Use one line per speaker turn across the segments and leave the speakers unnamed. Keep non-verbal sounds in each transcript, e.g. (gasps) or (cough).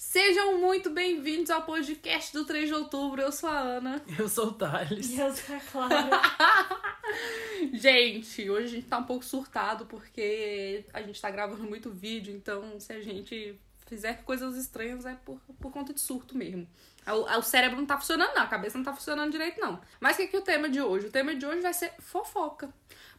Sejam muito bem-vindos ao podcast do 3 de outubro. Eu sou a Ana.
(laughs) Eu sou o Thales.
E é eu sou
(laughs)
a Clara.
Gente, hoje a gente tá um pouco surtado porque a gente tá gravando muito vídeo, então se a gente fizer coisas estranhas é por, por conta de surto mesmo. O, o cérebro não tá funcionando, não, a cabeça não tá funcionando direito, não. Mas o que, que é o tema de hoje? O tema de hoje vai ser fofoca.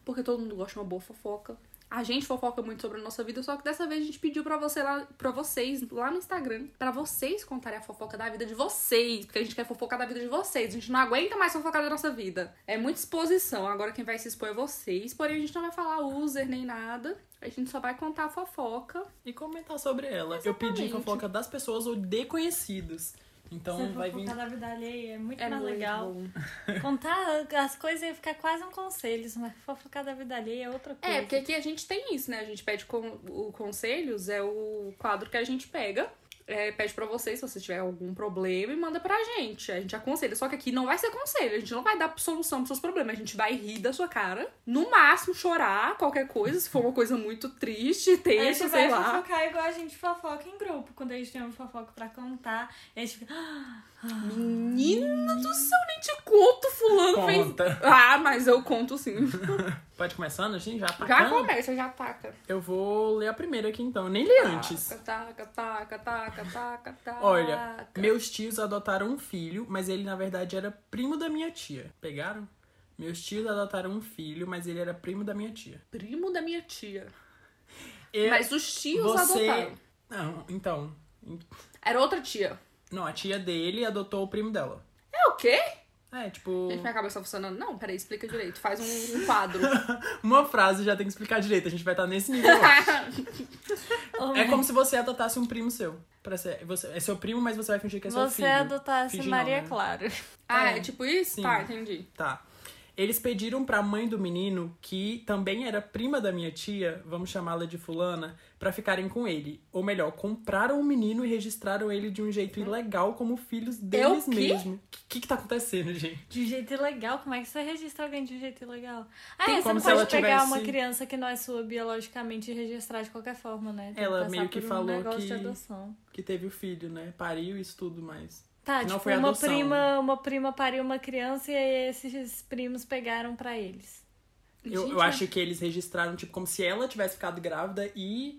Porque todo mundo gosta de uma boa fofoca. A gente fofoca muito sobre a nossa vida, só que dessa vez a gente pediu pra, você lá, pra vocês lá no Instagram, pra vocês contarem a fofoca da vida de vocês, porque a gente quer fofocar da vida de vocês. A gente não aguenta mais fofocar da nossa vida. É muita exposição, agora quem vai se expor é vocês, porém a gente não vai falar user nem nada. A gente só vai contar a fofoca.
E comentar sobre ela. Eu pedi
Exatamente.
fofoca das pessoas ou de conhecidos. Então
Você
vai
vai
vir.
contar da vida alheia, é muito
É
mais
muito
legal.
bom.
Contar as coisas ia ficar quase um conselho, mas fofocar da vida alheia é outra coisa.
É, porque aqui a gente tem isso, né? A gente pede con- o conselhos, é o quadro que a gente pega. é, pede pra vocês, se você tiver algum problema, e manda pra gente. A gente aconselha. Só que aqui não vai ser conselho, a gente não vai dar solução pros seus problemas. A gente vai rir da sua cara. No máximo, chorar, qualquer coisa, se for uma coisa muito triste,
a
tensa,
gente
sei
vai
lá.
fofocar igual a gente fofoca em grupo. Quando a gente tem uma fofoca pra contar, a gente fica. (gasps) "Ah,
Menina do céu, nem te conto, fulano fez.
Conta.
Ah, mas eu conto sim.
Pode começando, gente? Já
Já
atacando?
começa, já ataca.
Eu vou ler a primeira aqui então. Eu nem li antes.
Taca, taca, taca, taca, taca.
Olha, Meus tios adotaram um filho, mas ele na verdade era primo da minha tia. Pegaram? Meus tios adotaram um filho, mas ele era primo da minha tia.
Primo da minha tia.
Eu-
Mas os tios
você-
adotaram.
Não, então.
Era outra tia.
Não, a tia dele adotou o primo dela.
É o quê?
É, tipo.
Gente, minha cabeça tá funcionando. Não, peraí, explica direito. Faz um, um
(laughs)
quadro.
Uma frase já tem que explicar direito, a gente vai estar nesse nível lá.
oh,
É
mãe,
como se você adotasse um primo seu. Pra ser, você, é seu primo, mas você vai fingir que é seu
você
filho.
adotasse
Finge não,
Maria
né?
Clara. (laughs)
ah,
É,
é tipo isso?
sim.
Tá, entendi.
Tá. Eles pediram pra mãe do menino, que também era prima da minha tia, vamos chamá-la de fulana, pra ficarem com ele. Ou melhor, compraram o menino e registraram ele de um jeito ilegal como filhos deles
É quê?
mesmos. O que, que tá acontecendo, gente?
De um jeito ilegal? Como é que você registra alguém de um jeito ilegal? Ah,
Tem
é, você
como
não
se ela
pode pegar
tivesse-
uma criança que não é sua biologicamente e registrar de qualquer forma, né? Tem
Ela
passar
meio que
por um
falou
negócio
que-
de adoção.
Que teve o filho, né? Pariu isso tudo, mas.
Tá,
Não
tipo,
foi
uma
adoção,
prima, uma prima pariu uma criança e aí esses primos pegaram pra eles.
Eu,
Gente, é.
eu acho que eles registraram, tipo, como se ela tivesse ficado grávida e,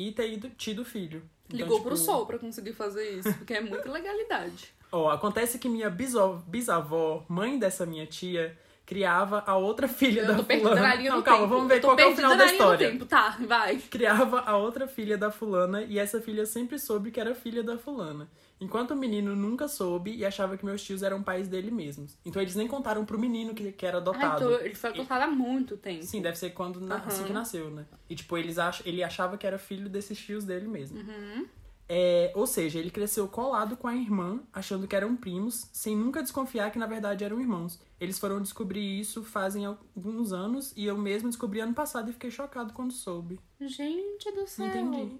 e ter ido, tido filho. Então,
Uhum. Ligou pro
tipo,
sol pra conseguir fazer isso, porque é muita legalidade.
Ó, acontece que minha biso- bisavó, mãe dessa minha tia, criava a outra (laughs) filha
Eu
da
tô perdendo
fulana.
a linha do
Não,
tempo.
calma, vamos ver
Eu tô
qual que é o
perdendo
final da
a linha do
história.
tempo. Tá, vai.
Criava a outra filha da fulana e essa filha sempre soube que era filha da fulana. Enquanto o menino nunca soube e achava que meus tios eram pais dele mesmos. Então eles nem contaram pro menino que, que era
Ah,
adotado.
então ele foi adotado há muito tempo.
Sim, deve ser quando na-
Aham.
assim que nasceu, né? E tipo, eles ach... ele achava que era filho desses tios dele mesmo.
Uhum.
É, ou seja, ele cresceu colado com a irmã, achando que eram primos, sem nunca desconfiar que na verdade eram irmãos. Eles foram descobrir isso fazem alguns anos e eu mesmo descobri ano passado e fiquei chocado quando soube.
Gente do céu.
Não entendi.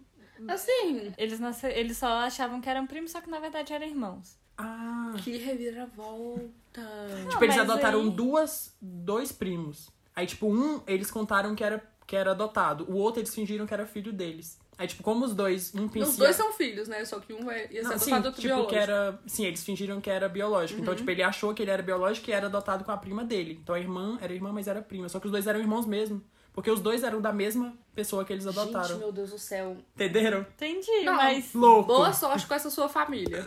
Assim,
Eles, nasce... eles só achavam que eram primos, só que na verdade eram irmãos.
Ah,
que reviravolta.
tipo, eles
mas
adotaram
aí-
duas, dois primos. Aí tipo, um eles contaram que era que era adotado, o outro eles fingiram que era filho deles. Aí tipo, como os dois, um
Os
pincelou
dois são filhos, né? Só que um vai, ia ser
Não,
adotado
sim,
do outro
tipo,
biológico. Uhum.
que era. Sim, eles fingiram que era biológico. Então, tipo, ele achou que ele era biológico e era adotado com a prima dele. Então a irmã era irmã, mas era prima. Só que os dois eram irmãos mesmo. Porque os dois eram da mesma pessoa que eles adotaram.
Gente, meu Deus do céu.
Entenderam?
Entendi,
Não.
mas.
Louco.
Boa sorte com essa sua família.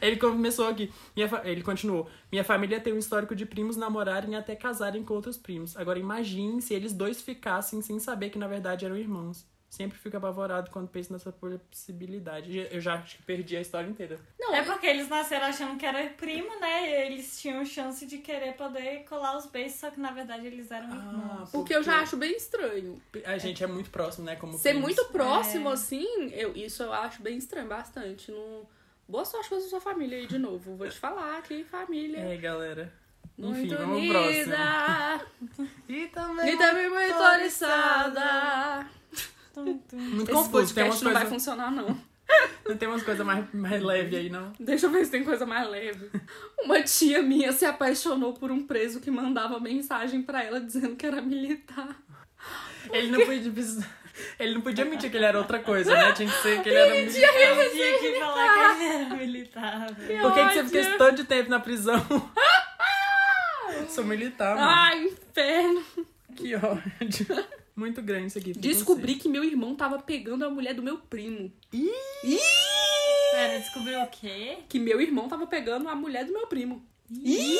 Ele começou aqui. Minha fa- Ele continuou. Minha família tem um histórico de primos namorarem e até casarem com outros primos. Agora imagine se eles dois ficassem sem saber que na verdade eram irmãos. Sempre fico apavorado quando penso nessa possibilidade. Eu já acho que perdi a história inteira.
Não,
É porque eles nasceram achando que era primo, né? E eles tinham chance de querer poder colar os beijos, só que na verdade eles eram irmãos.
o que eu já acho bem estranho.
Ah, A gente é muito próximo, né? Como
Ser
primos.
muito próximo, assim, eu, isso eu acho bem estranho, bastante. Não... Boa sorte com essa sua família aí de novo. Vou te falar que família
É, galera.
muito
Enfim, vamos pro
unida.
E
(laughs) E
também.
também muito oriçada.
Tum, tum.
Muito
Esse
confuso. Tem umas,
podcast não vai
coisa,
funcionar, não. (laughs)
não (laughs) tem umas coisas mais, mais leves aí, não?
Deixa eu ver se tem coisa mais leve. Uma tia minha se apaixonou por um preso que mandava mensagem pra ela dizendo que era militar.
Ele não (laughs) podia. Ele não podia mentir que ele era outra coisa, né? Tinha que ser que ele era.
Eu tinha que falar que Miserável.
Por que, que você
ódio.
fica esse tanto de tempo na prisão? (laughs) Sou militar, mano.
Ai, Ah, inferno.
Que ódio. (laughs) Muito grande isso aqui. fica com
Descobri que meu irmão tava pegando a mulher do meu primo.
Ih!
Ih!
Pera, descobriu o quê?
Que meu irmão tava pegando a mulher do meu primo. Ih!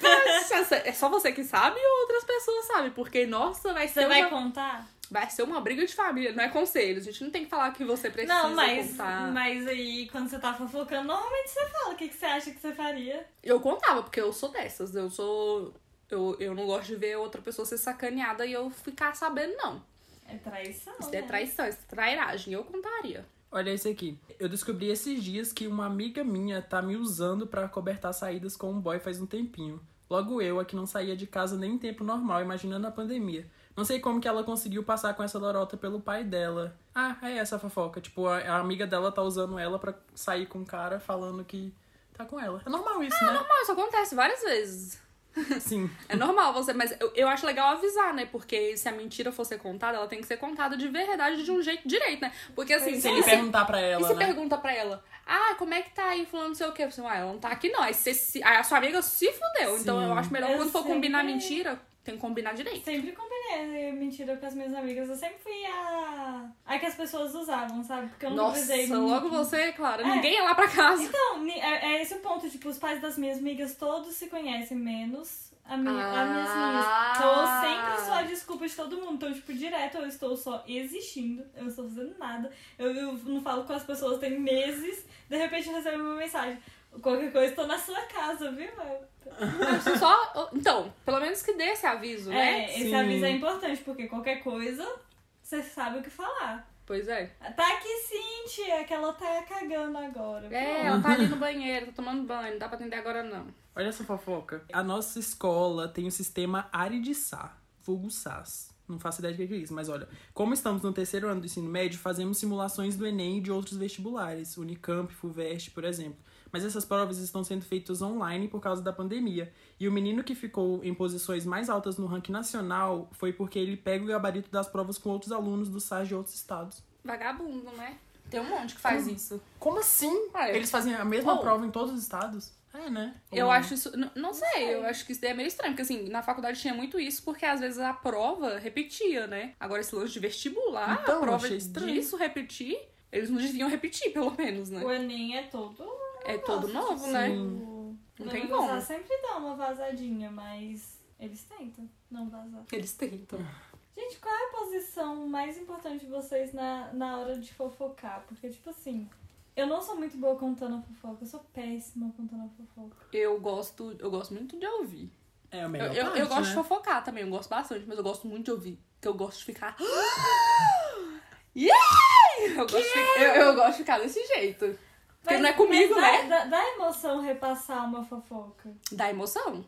Nossa, É só você que sabe ou outras pessoas sabem? Porque, nossa, vai
Você
ser,
vai
uma...
contar?
vai ser uma briga de família, não é conselho. A gente não tem que falar que você precisa
Não, mas,
contar.
mas aí quando você tá fofocando, normalmente você fala o que, que você acha que você faria.
Eu contava, porque eu sou dessas. Eu sou. Eu, eu não gosto de ver outra pessoa ser sacaneada e eu ficar sabendo, não.
É traição.
Isso
né?
é traição, isso é trairagem. Eu contaria.
Olha esse aqui. Eu descobri esses dias que uma amiga minha tá me usando pra cobertar saídas com um boy faz um tempinho. Logo eu, a que não saía de casa nem em tempo normal, imaginando a pandemia. Não sei como que ela conseguiu passar com essa lorota pelo pai dela. Ah, é essa a fofoca. Tipo, a, a amiga dela tá usando ela pra sair com o cara falando que tá com ela. É normal isso, né?
Não, isso acontece várias vezes.
Sim.
É normal você, mas eu, eu acho legal avisar, né? Porque se a mentira for ser contada, ela tem que ser contada de verdade, de um jeito direito, né? Porque assim,
Pois
se
Se
é.
ele
você
perguntar pra
E
ela,
você
né?
pergunta pra ela, ah, como é que tá aí falando não sei o quê? Você, ah, ela não tá aqui não. Aí, você se- aí a sua amiga se fudeu. Então
Sim.
eu acho melhor
Eu
quando for
sei.
combinar mentira, tem que combinar direito.
Sempre combinei mentira com as minhas amigas. Eu sempre fui a. a que as pessoas usavam, sabe? Porque eu não
Nossa,
usei.
logo você, Clara.
É.
Ninguém é lá pra casa.
Então, ni- é, é esse o ponto. Tipo, os pais das minhas amigas todos se conhecem, menos a minha,
Ah.
as minhas amigas. Então, eu sempre sou a desculpa de todo mundo. Então, tipo, direto eu estou só existindo. Eu não estou fazendo nada. Eu, eu não falo com as pessoas tem meses. De repente eu recebo uma mensagem. Qualquer coisa, estou na sua casa, viu?
(laughs) Mas Só, então, pelo menos que dê esse aviso, né?
É, esse
Sim.
aviso é importante, porque qualquer coisa, você sabe o que falar.
Pois é.
Tá aqui sim, tia, que ela tá cagando agora.
É, ela tá ali no banheiro, tá tomando banho, não dá pra atender agora não.
Olha essa fofoca. A nossa escola tem o sistema Ari de Sá, vulgo SAS. Não faço ideia de que é isso, mas olha. Como estamos no terceiro ano do ensino médio, fazemos simulações do Enem e de outros vestibulares, Unicamp, FUVEST, por exemplo. Mas essas provas estão sendo feitas online por causa da pandemia. E o menino que ficou em posições mais altas no ranking nacional foi porque ele pega o gabarito das provas com outros alunos do SAS de outros estados.
Vagabundo, né? Tem um monte que faz isso.
Como assim?
Ah, eu-
Eles fazem a mesma
Oh.
prova em todos os estados? É, né?
Eu
Ou-
acho isso. n- Não, sei, eu acho que isso daí é meio estranho, porque assim, na faculdade tinha muito isso, porque às vezes a prova repetia, né? Agora, esse lance de vestibular,
Então,
a prova
achei estranho.
disso repetir, eles não deviam repetir, pelo menos, né?
O Enem é todo. tipo,
É todo novo,
sim.
né?
Não
Não tem como.
sempre dá uma vazadinha, mas eles tentam não vazar.
Eles tentam.
Gente, qual é a posição mais importante de vocês na, na hora de fofocar? Porque, tipo assim, eu não sou muito boa contando a fofoca, eu sou péssima contando a fofoca.
Eu gosto, eu gosto muito de ouvir.
É, a
Eu,
melhor
eu, eu
parte,
gosto
né?
de fofocar também, eu gosto bastante, mas eu gosto muito de ouvir. Porque eu gosto de
(gasps)
ficar. (gasps) Eu gosto, de, fi- eu, eu gosto de ficar desse jeito. Porque não é comigo,
mas
né?
Dá, dá, dá emoção repassar uma fofoca.
Dá emoção.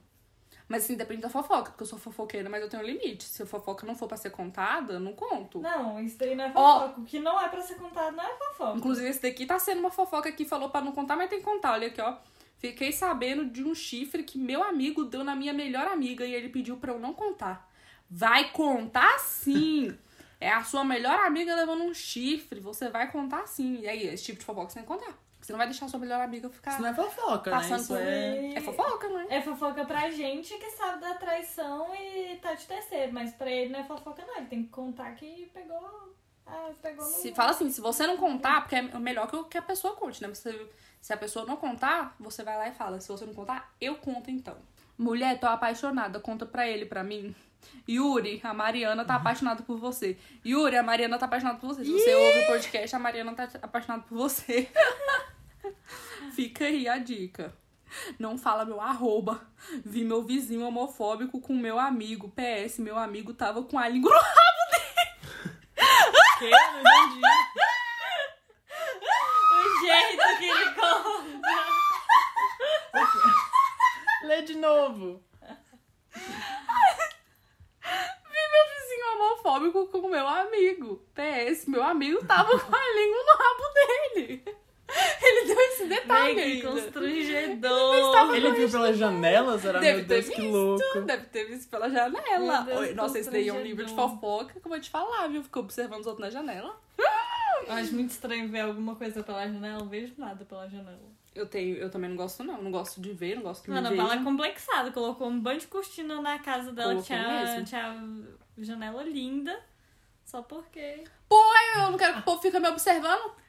Mas assim, depende da fofoca, porque eu sou fofoqueira, mas eu tenho um limite. Se a fofoca não for pra ser contada, eu não conto.
Não, isso daí não é
Ó.
fofoca. O que não é pra ser contado não é fofoca.
Inclusive, esse daqui tá sendo uma fofoca que falou pra não contar, mas tem que contar. Olha aqui, ó. Fiquei sabendo de um chifre que meu amigo deu na minha melhor amiga e ele pediu pra eu não contar. Vai contar sim! É a sua melhor amiga levando um chifre. Você vai contar sim. E aí, esse tipo de fofoca você tem que contar. Você não vai deixar a sua melhor amiga
Isso
ficar
não é fofoca, né?
passando
Isso
por.
é...
É fofoca, né?
É fofoca pra gente que sabe da traição e tá de terceiro, mas pra ele não é fofoca, não. Ele tem que contar que pegou. Ah, pegou no.
Se, fala assim, se você não contar, porque é o melhor que, o- que a pessoa conte, né? Você, se a pessoa não contar, você vai lá e fala. Se você não contar, eu conto então. Mulher, tô apaixonada, conta pra ele, pra mim. Yuri, a Mariana tá apaixonada por você. Yuri, a Mariana tá apaixonada por você. Se você ouve o podcast, a Mariana tá apaixonada por você. (laughs) Fica aí a dica. Não fala meu arroba. Vi meu vizinho homofóbico com meu amigo. PS, meu amigo tava com a língua.
Que? Não entendi.
O jeito que ele
(laughs)
conta.
Lê de novo.
vizinho homofóbico com o meu amigo. PS, meu amigo tava com a língua no rabo dele. (laughs) Ele deu esse detalhe
Meio que
ainda. tá-
constrangedor.
Ele viu pela janela, será?
Deve
Meu
ter
Deus, que
visto. né?
louco.
Deve ter visto pela janela.
Meu Deus,
Oi, Nossa, esse daí é um livro de
constrangedor.
fofoca que eu vou te falar, viu? Ficou observando os outros na janela.
Eu acho muito estranho ver alguma coisa pela janela, eu não vejo nada pela janela.
Eu, tenho, eu também não gosto, não. Não gosto de ver, não gosto que me
Mano,
vejam.
ela é complexada, colocou um bando de cortina na casa dela,
Colocou
tinha,
mesmo.
tinha janela linda, só porque.
Eu não quero que o povo fique me observando.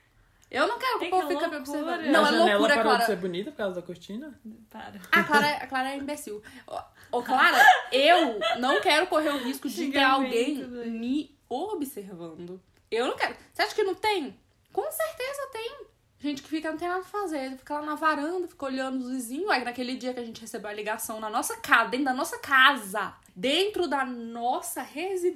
Eu não quero que
Ei,
o povo
que
fique me
loucura.
observando.
A
Não,
a
é
janela
loucura,
parou
Clara.
de ser bonita por causa da cortina?
Para.
A Clara, a Clara é imbecil. Ô, ô, Clara, eu não quero correr o risco de ter
Xingamento, né?
alguém
velho.
me observando. Eu não quero. Você acha que não tem? Com certeza tem. Gente que fica, não tem nada pra fazer. Fica lá na varanda, fica olhando os vizinhos. Aí naquele dia que a gente recebeu a ligação na nossa casa, dentro da nossa casa, dentro da nossa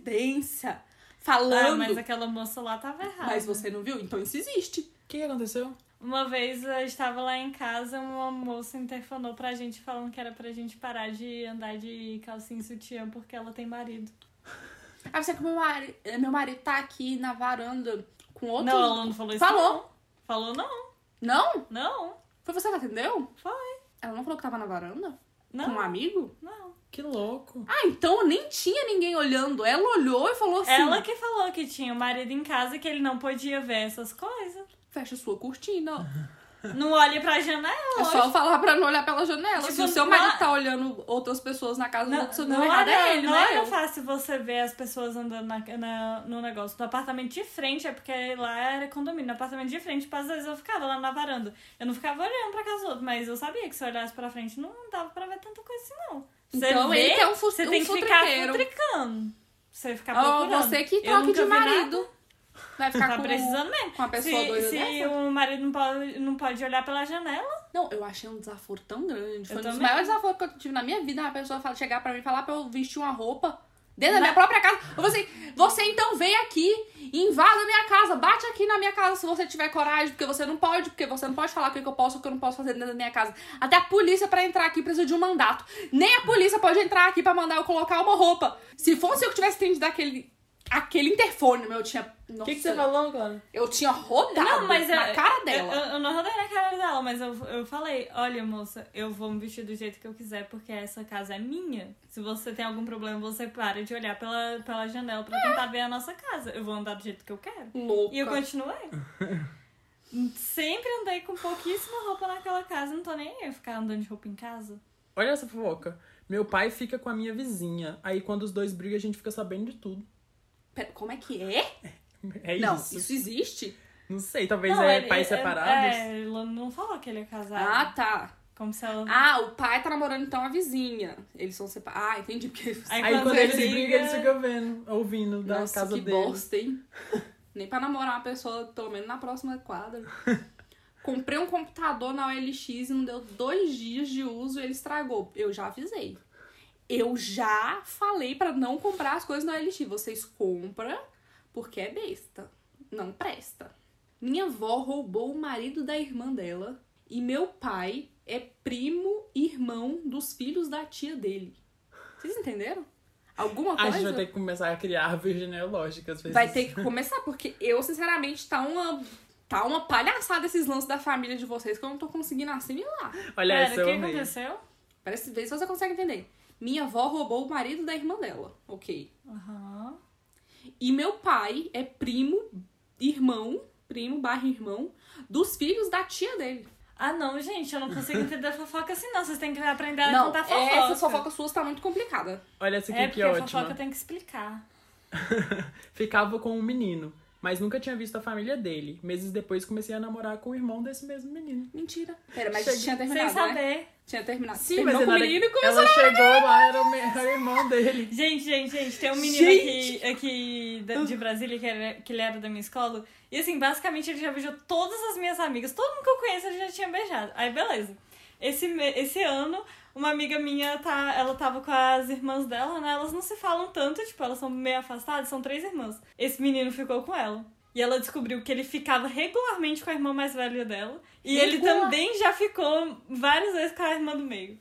residência,
Ah,
falando.
mas tá, né?
mas,
aquela moça lá tava errada.
você não viu? Então isso existe.
O que que aconteceu?
Uma vez eu estava lá em casa, uma moça interfonou pra gente falando que era pra gente parar de andar de calcinha e sutiã porque ela tem marido.
Aí você que meu marido, meu marido tá aqui na varanda com outro.
Não, ela não falou isso.
Falou.
Não. Falou não,
Não?
não,
Foi você que atendeu?
Foi.
Ela não falou que tava na varanda? Com um
não,
amigo?
não.
Que louco.
Ah, então nem tinha ninguém olhando. Ela olhou e falou assim:
Ela que falou que tinha o marido em casa e que ele não podia ver essas coisas.
fecha sua cortina.
Não olhe pra janela.
É só falar pra não olhar pela janela.
Tipo,
Se o seu
não-
marido tá olhando outras pessoas na casa do
Não,
outro, seu
não,
errado
era,
é ele,
não
né?
era fácil você ver as pessoas andando na, na- no negócio. No apartamento de frente, é porque lá era condomínio. No apartamento de frente, tipo, às vezes eu ficava lá na varanda. Eu não ficava olhando pra casa do outro, mas eu sabia que se eu olhasse pra frente, não dava pra ver tanta coisa assim, não. Você
Então
vê,
ele que é um fu-
você
um
tem que ficar
futriqueiro.
futricando. Você ficar
Ó,
procurando.
você que
Eu
troque
nunca
de
vi nada.
marido. Vai ficar
Tá
com,
precisando mesmo.
com a pessoa
se
doida
se
dessa?
o marido não pode, não pode olhar pela janela,
Não, eu achei um desaforo tão grande. Foi um dos
também.
maiores desaforos que eu tive na minha vida. Uma pessoa fala- chegar pra mim e falar pra eu vestir uma roupa dentro da
Mas-
minha própria casa. Eu falei assim, você então vem aqui, invada a minha casa, bate aqui na minha casa se você tiver coragem, porque você não pode, porque você não pode falar o que que eu posso ou o que eu não posso fazer dentro da minha casa. Até a polícia pra entrar aqui precisa de um mandato. Nem a polícia pode entrar aqui pra mandar eu colocar uma roupa. Se fosse eu que tivesse tendido aquele, aquele interfone, meu, eu tinha...
O
Nossa,
que, que você falou, Clara?
Eu tinha rodado
Não, mas
Ah,
é-
na
eu-
cara
eu,
dela.
eu, eu não rodei na cara dela, mas eu, eu falei: olha, moça, eu vou me vestir do jeito que eu quiser, porque essa casa é minha. Se você tem algum problema, você para de olhar pela, pela janela pra tentar ver a nossa casa. Eu vou andar do jeito que eu quero.
Louca.
E eu continuei. (laughs) Sempre andei com pouquíssima roupa naquela casa, não tô nem aí eu ficar andando de roupa em casa.
Olha essa fofoca. Meu pai fica com a minha vizinha. Aí quando os dois brigam, a gente fica sabendo de tudo.
Pera, como é que é?
É
não,
isso.
isso existe?
Não sei, talvez
Não,
é
ele-
pais
ele-
separados.
É, ela não falou que ele é casado.
Ah, tá.
Como se ela.
Ah, o pai tá namorando então a vizinha. Eles são separados. Ah, entendi. Porque...
Aí
Aí
quando
quando eles
ele briga-
brigam, eles ficam vendo, ouvindo da
Nossa,
casa
que
deles.
bosta, hein? (laughs) Nem pra namorar uma pessoa, pelo menos na próxima quadra. Comprei um computador na OLX e não deu dois dias de uso e ele estragou. Eu já avisei. Eu já falei pra não comprar as coisas na OLX. Vocês compram porque é besta. Não presta. Minha avó roubou o marido da irmã dela e meu pai é primo irmão dos filhos da tia dele. Vocês entenderam? Alguma
A
coisa?
gente vai ter que começar a criar árvores genealógicas. pra
Vai
esses-
ter que começar, porque eu, sinceramente, tá uma. Tá uma palhaçada esses lances da família de vocês que eu não tô conseguindo assimilar.
Olha
Pera,
essa,
o que
eu amei.
aconteceu?
Parece ver se você consegue entender. Minha avó roubou o marido da irmã dela, ok.
Aham.
E meu pai é primo, irmão, primo barra irmão, dos filhos da tia dele.
Ah, não, gente, eu não consigo entender fofoca assim, não. Vocês têm que aprender a
não,
contar fofoca.
essas fofocas suas tá muito complicada.
Olha essa aqui
É,
que
porque
é
a
ótima.
fofoca tem que explicar.
Ficava com um menino, mas nunca tinha visto a família dele. Meses depois comecei a namorar com o irmão desse mesmo menino.
Mentira. Pera, mas
Cheguei
tinha
Sem
terminado, né?
saber.
Tinha terminado.
Sim,
Terminou
mas
com o
ela,
menino e começou
ela chegou lá, era o, me- era o irmão dele.
Gente, gente, gente, tem um menino aqui, aqui da- de Brasília que, era, que ele era da minha escola. E assim, basicamente ele já beijou todas as minhas amigas. Todo mundo que eu conheço ele já tinha beijado. Aí, beleza. Esse, me- esse ano, uma amiga minha, tá, ela tava com as irmãs dela, né? Elas não se falam tanto, tipo, elas são meio afastadas, são três irmãs. Esse menino ficou com ela. E ela descobriu que ele ficava regularmente com a irmã mais velha dela. E ele
Regular.
também já ficou várias vezes com a irmã do meio.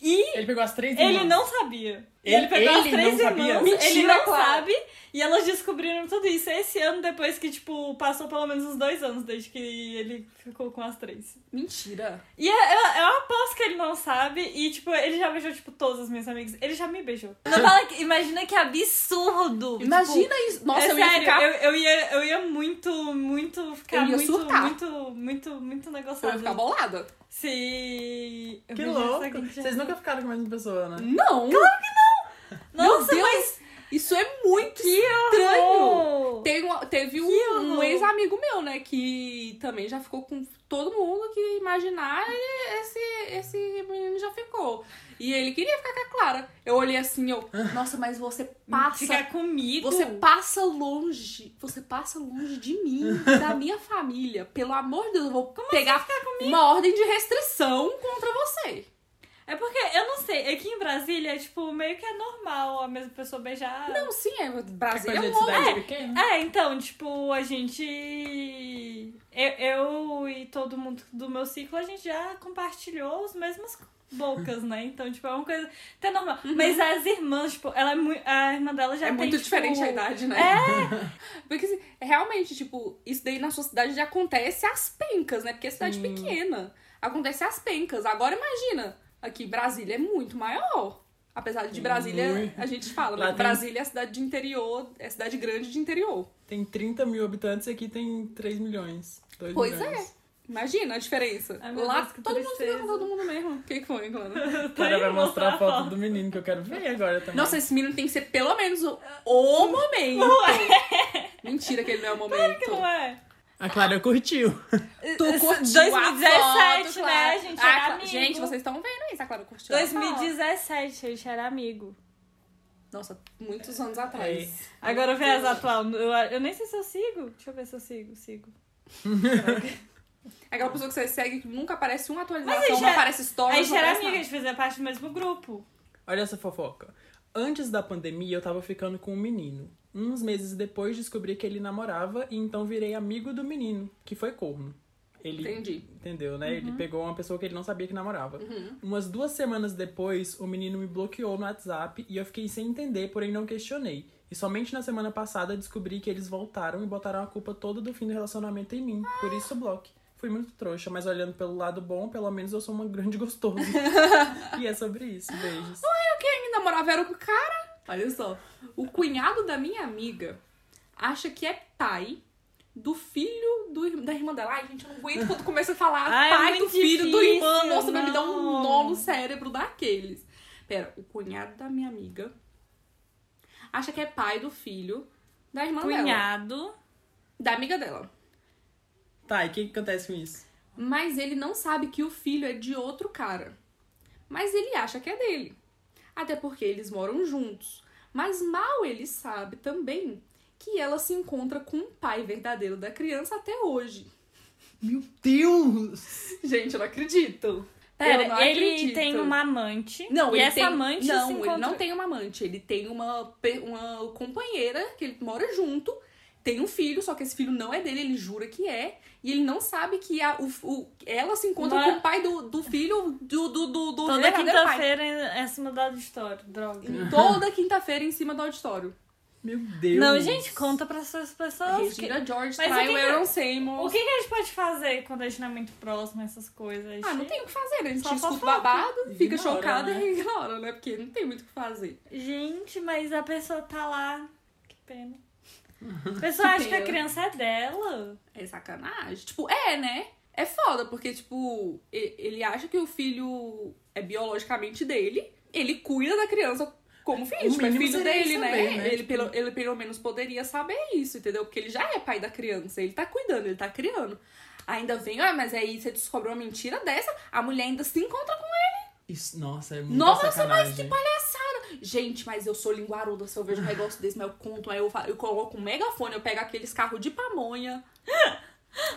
E
Ele pegou as três
ele
irmãs.
não sabia. Ele, pegou as
ele
três
não sabia?
irmãs, ele
Mentira,
não
Clara.
sabe, e elas descobriram tudo isso esse ano, depois que, tipo, passou pelo menos uns dois anos desde que ele ficou com as três.
Mentira.
E é, eu, eu, eu aposto que ele não sabe, e, tipo, ele já beijou, tipo, todos os meus amigos. Ele já me beijou. Não fala que- imagina que absurdo! tipo,
Imagina isso. Nossa,
é
eu ia
sério,
ficar.
eu, eu, ia, eu ia muito, muito ficar
Eu ia
muito,
surtar.
muito, muito, muito
Eu ia ficar
negociado.
bolada.
Se. eu
Que
beijasse
louco.
alguém que já-
Vocês nunca ficaram com a mesma pessoa, né?
Não! Meu
Nossa,
Deus!
mas
Isso é muito estranho!
estranho!
Tem um- teve um,
Que horror.
um ex-amigo meu, né, que também já ficou com todo mundo que imaginar ele- esse, esse menino já ficou. E ele queria ficar com a Clara. Eu olhei assim, eu, nossa, mas você passa.
Ficar comigo.
Você passa longe, você passa longe de mim, (laughs) da minha família. Pelo amor de Deus, eu vou pegar uma ordem de restrição contra você.
É porque, eu não sei, aqui em Brasília, tipo, meio que é normal a mesma pessoa beijar.
Não, sim, é
Que
Brasil.
coisa
É
de
um
cidade
rolê.
pequena.
É, então, tipo, a gente. Eu, eu e todo mundo do meu ciclo, a gente já compartilhou as mesmas bocas, né? Então, tipo, é uma coisa. Até normal. Mas as irmãs, tipo, ela é muito. A irmã dela já
Uhum. é
tem.
muito
tipo,
diferente a idade, né? É! (laughs) Porque assim, realmente, tipo, isso daí na sua cidade já acontece às pencas, né? Porque é cidade
Sim.
pequena. Acontece às pencas. Agora imagina, aqui Brasília é muito maior. Apesar de Brasília,
Muito.
a gente fala,
Lá
né?
tem-
Brasília é cidade de interior, é cidade grande de interior.
Tem 30 mil habitantes e aqui tem 3 milhões. 2
Pois
milhões.
Imagina a diferença.
Ai, meu
Lá
Deus, que
todo mundo fica
tristeza.
com todo mundo né? mesmo. O que que foi,
(laughs)
Glana?
O cara vai mostrar a foto do menino que eu quero ver agora também.
Nossa, esse menino tem que ser pelo menos o, o
(laughs)
momento. Mentira que ele não é o momento.
Que não é?
A Clara curtiu.
Tu curtiu
2017,
a foto,
né,
Clara?
gente?
Ah,
Era
Cla-
amigo.
Gente, vocês estão vendo isso, a Clara curtiu a foto.
2017, a gente era amigo.
Nossa, muitos anos atrás.
Agora vem as atual. Eu, eu nem sei se eu sigo. Deixa eu ver se eu sigo. Sigo.
É Aquela pessoa que você segue que nunca aparece uma atualização,
Mas a gente
não
era-
aparece stories,
a gente
não
era
aparece
amiga, a
nada.
gente fazia parte do mesmo grupo.
Olha essa fofoca. Antes da pandemia, eu tava ficando com um menino. Uns meses depois, descobri que ele namorava e então virei amigo do menino, que foi corno. Ele,
Entendi.
Entendeu, né? Ele pegou uma pessoa que ele não sabia que namorava. Umas duas semanas depois, o menino me bloqueou no WhatsApp e eu fiquei sem entender, porém não questionei. E somente na semana passada descobri que eles voltaram e botaram a culpa toda do fim do relacionamento em mim. Por isso, bloque. Fui muito trouxa, mas olhando pelo lado bom, pelo menos eu sou uma grande gostosa. e é sobre isso. Beijos.
Quem namorava era o cara. Olha só. O cunhado da minha amiga acha que é pai do filho do, ir- da irmã dela. Ai, gente, eu não aguento quando começa a falar
(laughs) Ai, é
pai
muito
do filho do irmão.
difícil,
Nossa, vai me dar um
não.
nó no cérebro daqueles. Pera, o cunhado da minha amiga acha que é pai do filho da irmã dela.
Cunhado.
Da amiga dela.
Tá, e o que, que acontece com isso?
Mas ele não sabe que o filho é de outro cara. Mas ele acha que é dele. Até porque eles moram juntos. Mas mal ele sabe também que ela se encontra com o pai verdadeiro da criança até hoje. (laughs)
Meu Deus!
Gente, eu não acredito.
Pera,
Eu não
ele
acredito.
tem uma amante.
Não,
e
ele
essa
tem...
amante
não,
se
ele
encontra...
não tem uma amante. Ele tem uma, pe- uma companheira que ele mora junto. Tem um filho, só que esse filho não é dele, ele jura que é. E ele não sabe que a, o, o- ela se encontra
Mora-
com o pai do, do filho do, do, do, do
Toda
verdadeiro pai.
Então, quinta-feira é essa mudada de história. Droga.
Em Toda quinta-feira em cima do auditório.
Meu Deus!
Não, gente, conta pra essas pessoas. que-
Regina George
Ah, Mas o
trai
que
o
que-
Aaron
O
Seymour.
que, que a gente pode fazer quando a gente não é muito próximo a essas coisas?
Ah, não tem o que fazer, né? A gente
Só
escuta o
fofoca.
babado, fica
Ignora,
chocada
né?
e (laughs) ignora, né? Porque não tem muito o que fazer.
Gente, mas a pessoa tá lá. Que pena. A pessoa
Que
acha que a
pena.
criança é dela.
É sacanagem. Tipo, é, né? É foda, porque, tipo, e- ele acha que o filho é biologicamente dele, ele cuida da criança como filho,
O
tipo, é
mínimo
filho
seria ele
dele,
saber,
né?
né?
Ele,
Tipo-
pelo, ele pelo menos poderia saber isso, entendeu? Porque ele já é pai da criança, ele tá cuidando, ele tá criando. Ainda vem, ah, mas aí você descobre uma mentira dessa, a mulher ainda se encontra com
Isso, nossa, é muito
Nossa,
sacanagem. mas que
Gente, mas eu sou linguaruda, se eu vejo um negócio desse, mas eu conto, aí eu, fa- eu coloco um megafone, eu pego aqueles carros de pamonha.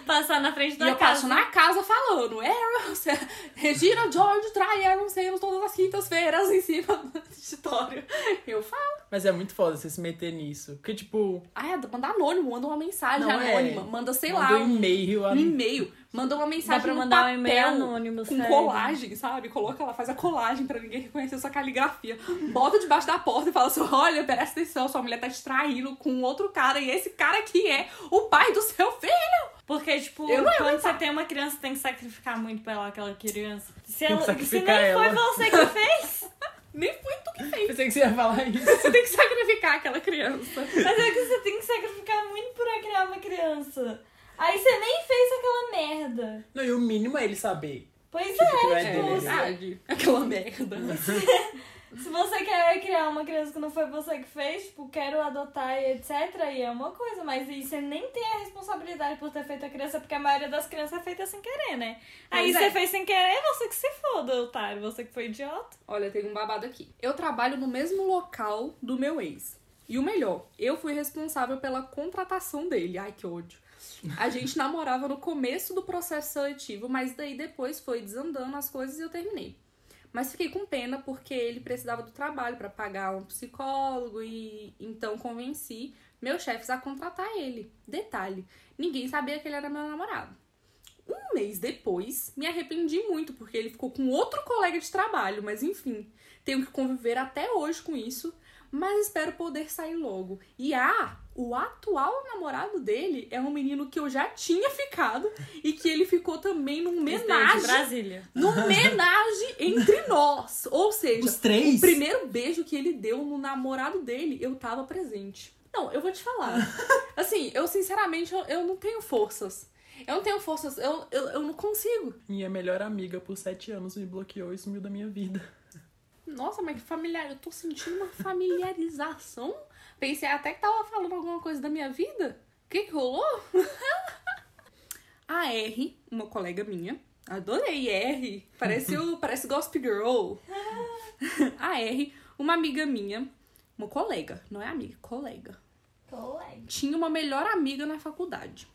Passar na frente da
E eu passo
casa.
na casa falando, Aaron, (laughs) Regina George trai Aaron Sanders todas as quintas-feiras em cima do auditório. Eu falo.
Mas é muito foda você se meter nisso. Porque, tipo,
Ah, é, manda anônimo, manda uma mensagem
Não, é.
anônima. Manda, sei
manda
lá,
um e-mail.
um e-mail. Manda uma
Dá
mensagem
pra
no
mandar um
papel,
e-mail anônimo,
Com
sério.
colagem, sabe? Coloca lá, faz a colagem pra ninguém reconhecer sua caligrafia. Bota debaixo da porta e fala assim: olha, presta atenção, sua mulher tá te traindo com outro cara e esse cara aqui é o pai do seu filho.
Porque, tipo,
Eu não ia
quando você tem uma criança, você tem que sacrificar muito pela aquela criança. Se, ela,
que
se nem
sacrificar
foi
ela.
você que fez, (laughs)
Nem foi tu que fez.
Pensei que você ia falar isso.
Você tem que sacrificar aquela criança.
mas é que você tem que sacrificar muito pra criar uma criança. Aí você nem fez aquela merda.
Não, e o mínimo é ele saber.
Pois
que
é,
vai
É
tipo,
dele, né?
se-
verdade. (laughs) Aquela merda.
se você quer criar uma criança que não foi você que fez, tipo, quero adotar e etc, aí é uma coisa. Mas aí você nem tem a responsabilidade por ter feito a criança, porque a maioria das crianças é feita sem querer, né? Aí
Pois
você
é.
fez sem querer, você que se foda, otário. Você que foi idiota.
Olha, tem um babado aqui. Eu trabalho no mesmo local do meu ex. E o melhor, eu fui responsável pela contratação dele. Ai, que ódio. A gente (laughs) namorava no começo do processo seletivo, mas daí depois foi desandando as coisas e eu terminei. Mas fiquei com pena porque ele precisava do trabalho pra pagar um psicólogo e então convenci meus chefes a contratar ele. Detalhe, ninguém sabia que ele era meu namorado. Um mês depois, me arrependi muito porque ele ficou com outro colega de trabalho, mas enfim, tenho que conviver até hoje com isso, mas espero poder sair logo. E ah, o atual namorado dele é um menino que eu já tinha ficado e que ele ficou também num
é De
homenagem
Brasília.
numa homenagem entre nós. Ou seja,
Os três?
o primeiro beijo que ele deu no namorado dele, eu tava presente. Não, eu vou te falar. Assim, eu sinceramente, eu, eu não tenho forças. Eu não tenho forças, eu, eu, eu não consigo.
Minha melhor amiga por sete anos me bloqueou e sumiu da minha vida.
Nossa, mas que familiar. Eu tô sentindo uma familiarização. Pensei até que tava falando alguma coisa da minha vida. O que, que rolou? A R, uma colega minha. Adorei R. Parece, o, parece Gossip Girl. (laughs) A R, uma amiga minha. Uma colega. Não é amiga, colega
Colega.
tinha uma melhor amiga na faculdade.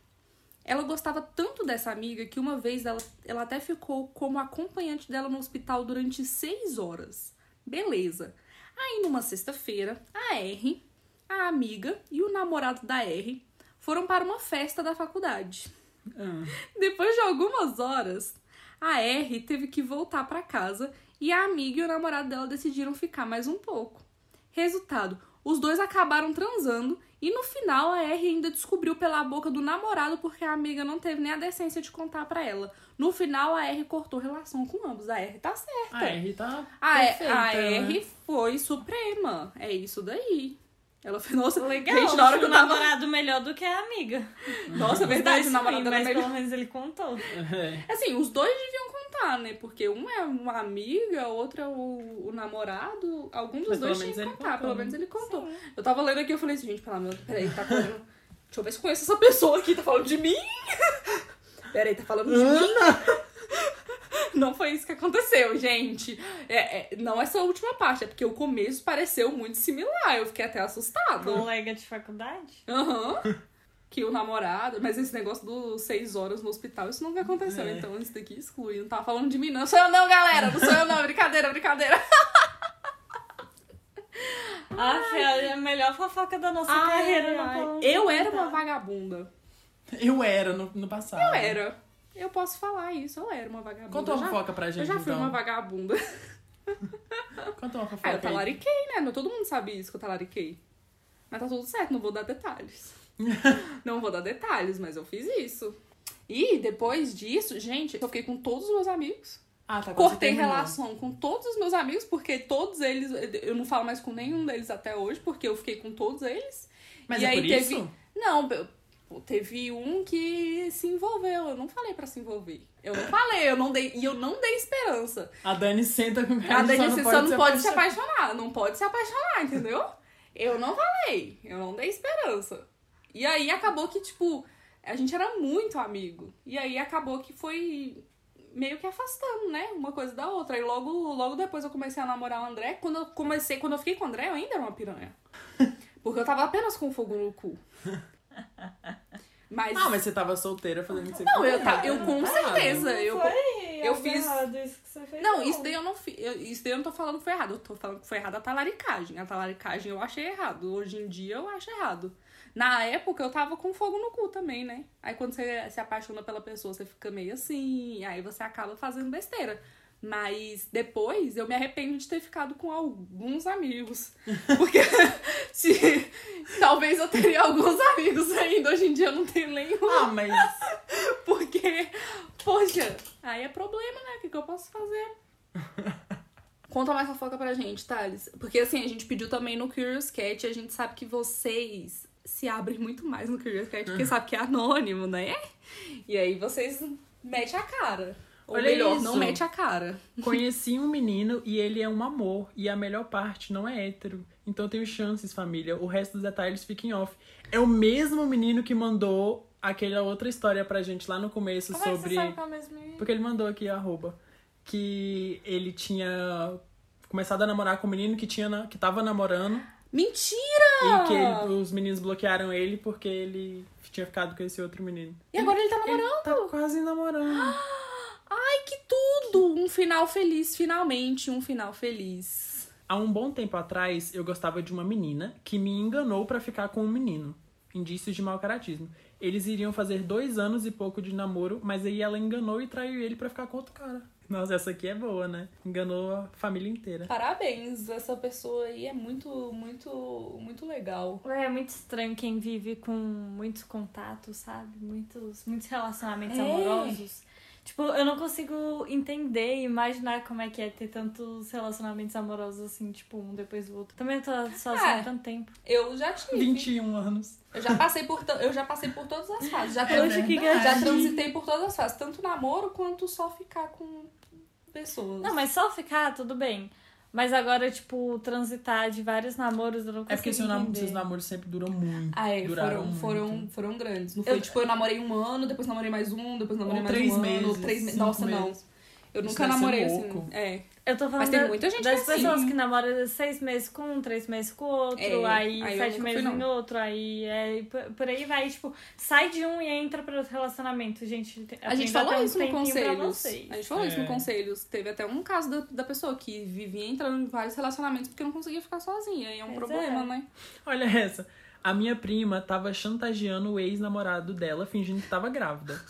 Ela gostava tanto dessa amiga que uma vez ela, ela até ficou como acompanhante dela no hospital durante seis horas. Beleza. Aí numa sexta-feira, a R, a amiga e o namorado da R foram para uma festa da faculdade.
Ah,
Depois de algumas horas, a R teve que voltar pra casa e a amiga e o namorado dela decidiram ficar mais um pouco. Resultado, os dois acabaram transando e no final a R ainda descobriu pela boca do namorado porque a amiga não teve nem a decência de contar pra ela. No final a R cortou relação com ambos. A R tá certa.
a R tá
A,
perfeita,
a
né?
R foi suprema. É isso daí. Ela foi, nossa,
Legal.
Gente, na hora que
o
eu tava.
namorado melhor do que a amiga.
Nossa, é verdade, o namorado era
mas
melhor.
pelo menos ele contou.
É.
Assim, os dois deviam contar, né? Porque um é uma amiga, o outro é o, o namorado. Algum dos
Mas pelo
dois
menos
tinha que
ele
contar,
contou,
pelo
né?
menos ele contou. Eu tava lendo aqui, eu falei assim, gente, pelo amor, peraí, tá falando... Deixa eu ver se conheço essa pessoa aqui, tá falando de mim? (laughs) Peraí, tá falando de mim? (laughs) Não foi isso que aconteceu, gente. É, é, não essa última parte, é porque o começo pareceu muito similar. Eu fiquei até assustada.
Colega de faculdade?
Aham. (laughs) Que o namorado. Mas esse negócio dos seis horas no hospital, isso nunca aconteceu.
É.
Então isso daqui exclui. Não tava falando de mim, não. Sou eu não, galera. Não sou eu não. Brincadeira, brincadeira.
(laughs)
Ah, Fia, é a melhor fofoca da nossa carreira. não falamos
eu
de
era uma
contar.
vagabunda.
Eu era no, no passado.
Eu era. Eu posso falar isso. Eu era uma vagabunda.
Conta uma
Eu já-
fofoca pra gente,
Eu já fui
então.
uma vagabunda.
Conta uma
Ah,
fofoca
eu
aí.
talariquei, né? Mas Todo mundo sabe isso que eu talariquei. Mas tá tudo certo, não vou dar
(laughs)
detalhes. não vou dar detalhes, mas eu fiz isso. E depois disso, gente, eu fiquei com todos os meus amigos.
Ah, tá, quando você
Cortei
terminou.
relação com todos os meus amigos, porque todos eles. Eu não falo mais com nenhum deles até hoje, porque eu fiquei com todos eles.
Mas
E
é
aí
por
teve-
isso?
Não, eu- pô, teve um que se envolveu. Eu não falei pra se envolver. Eu não falei, eu não dei. E eu não dei esperança.
A Dani senta com o cara
A Dani
só não
só não pode se
apaixonar.
apaixonar. Não pode se apaixonar, entendeu? Eu não falei. Eu não dei esperança. E aí acabou que, tipo, a gente era muito amigo. E aí acabou que foi meio que afastando, né? Uma coisa da outra. E logo, logo depois eu comecei a namorar o André. Quando eu comecei, quando eu fiquei com o André, eu
(laughs)
ainda era uma piranha. Porque eu tava apenas com fogo no cu. Mas.
Não, Ah, mas você tava solteira fazendo isso aqui. É,
Não, eu, ta- eu com certeza.
Não
eu,
foi
eu
algo
fiz-
errado isso que você fez. é
Não, isso daí eu não fiz. Isso daí eu não tô falando que foi errado. Eu tô falando que foi errado a talaricagem. A talaricagem eu achei errado. Hoje em dia eu acho errado. Na época eu tava com fogo no cu também, né? Aí quando você se apaixona pela pessoa, você fica meio assim. Aí você acaba fazendo besteira. Mas depois eu me arrependo de ter ficado com alguns amigos. Porque (laughs) se, talvez eu teria alguns amigos ainda. Hoje em dia eu não tenho nenhum.
Ah, mas.
(laughs) Porque, poxa, aí é problema, né? O que, que eu posso fazer? Conta mais fofoca pra gente, Thales. Porque assim, a gente pediu também no Curious Cat e a gente sabe que vocês se abrem muito mais no Curious Cat, porque sabe que é anônimo, né? E aí vocês metem a cara. Ou
Olha
melhor,
isso.
não mete a cara.
Conheci um menino e ele é um amor. E a melhor parte não é hétero. Então tenho chances, família. O resto dos detalhes fiquem off. É o mesmo menino que mandou aquela outra história pra gente lá no começo sobre.
que é o mesmo?
Porque ele mandou aqui, arroba. Que ele tinha começado a namorar com um menino que, tinha na- que tava namorando.
Mentira!
E que ele- os meninos bloquearam ele porque ele tinha ficado com esse outro menino.
E agora ele tá namorando?
Tá quase namorando.
Ai, que tudo! Um final feliz, finalmente, um final feliz.
Há um bom tempo atrás, eu gostava de uma menina que me enganou pra ficar com um menino. Indícios de mau caratismo. Eles iriam fazer dois anos e pouco de namoro, mas aí ela enganou e traiu ele pra ficar com outro cara. Nossa, essa aqui é boa, né? Enganou a família inteira.
Parabéns, essa pessoa aí é muito, muito, muito legal.
É muito estranho quem vive com muitos contatos, sabe? Muitos, muitos relacionamentos
É.
amorosos. Tipo, eu não consigo entender e imaginar como é que é ter tantos relacionamentos amorosos assim, tipo, um depois do outro. Também eu tô sozinha
Ah.
há tanto tempo.
Eu já tive.
21 anos.
Eu já passei por ta- eu já passei por todas as fases.
É
Já,
Eu
trans-
acho que
já
gatinho.
transitei por todas as fases, tanto namoro quanto só ficar com pessoas.
Não, mas só ficar, tudo bem. Mas agora, tipo, transitar de vários namoros, eu não consigo
É porque seu nam-
entender.
seus namoros sempre duram muito.
Ah, é,
Duraram
foram,
muito.
foram, foram grandes. Não foi
Eu-
tipo, eu namorei um ano, depois namorei mais um, depois namorei
Ou
mais
três
um ano,
meses,
três meses.
cinco
Nossa, não.
meses.
Eu
Isso
nunca
deve ser
namorei
louco.
assim. É.
Eu tô falando
Mas tem
da-
muita gente
das
que é assim.
pessoas que namoram seis meses com um, três meses com o outro,
É, aí
aí,
eu
sete
nunca fui,
meses
não.
em outro, aí é, e por- por aí vai, tipo, sai de um e entra para outro relacionamento, gente.
A gente
aprenda a
falou
ter um
isso no
tempinho pra
Conselhos.
vocês.
A gente falou isso
É.
no Conselhos. Teve até um caso da, da pessoa que vivia entrando em vários relacionamentos porque não conseguia ficar sozinha. E é um
Pois
problema,
é.
né?
(laughs) Olha essa. A minha prima tava chantageando o ex-namorado dela, fingindo que tava grávida.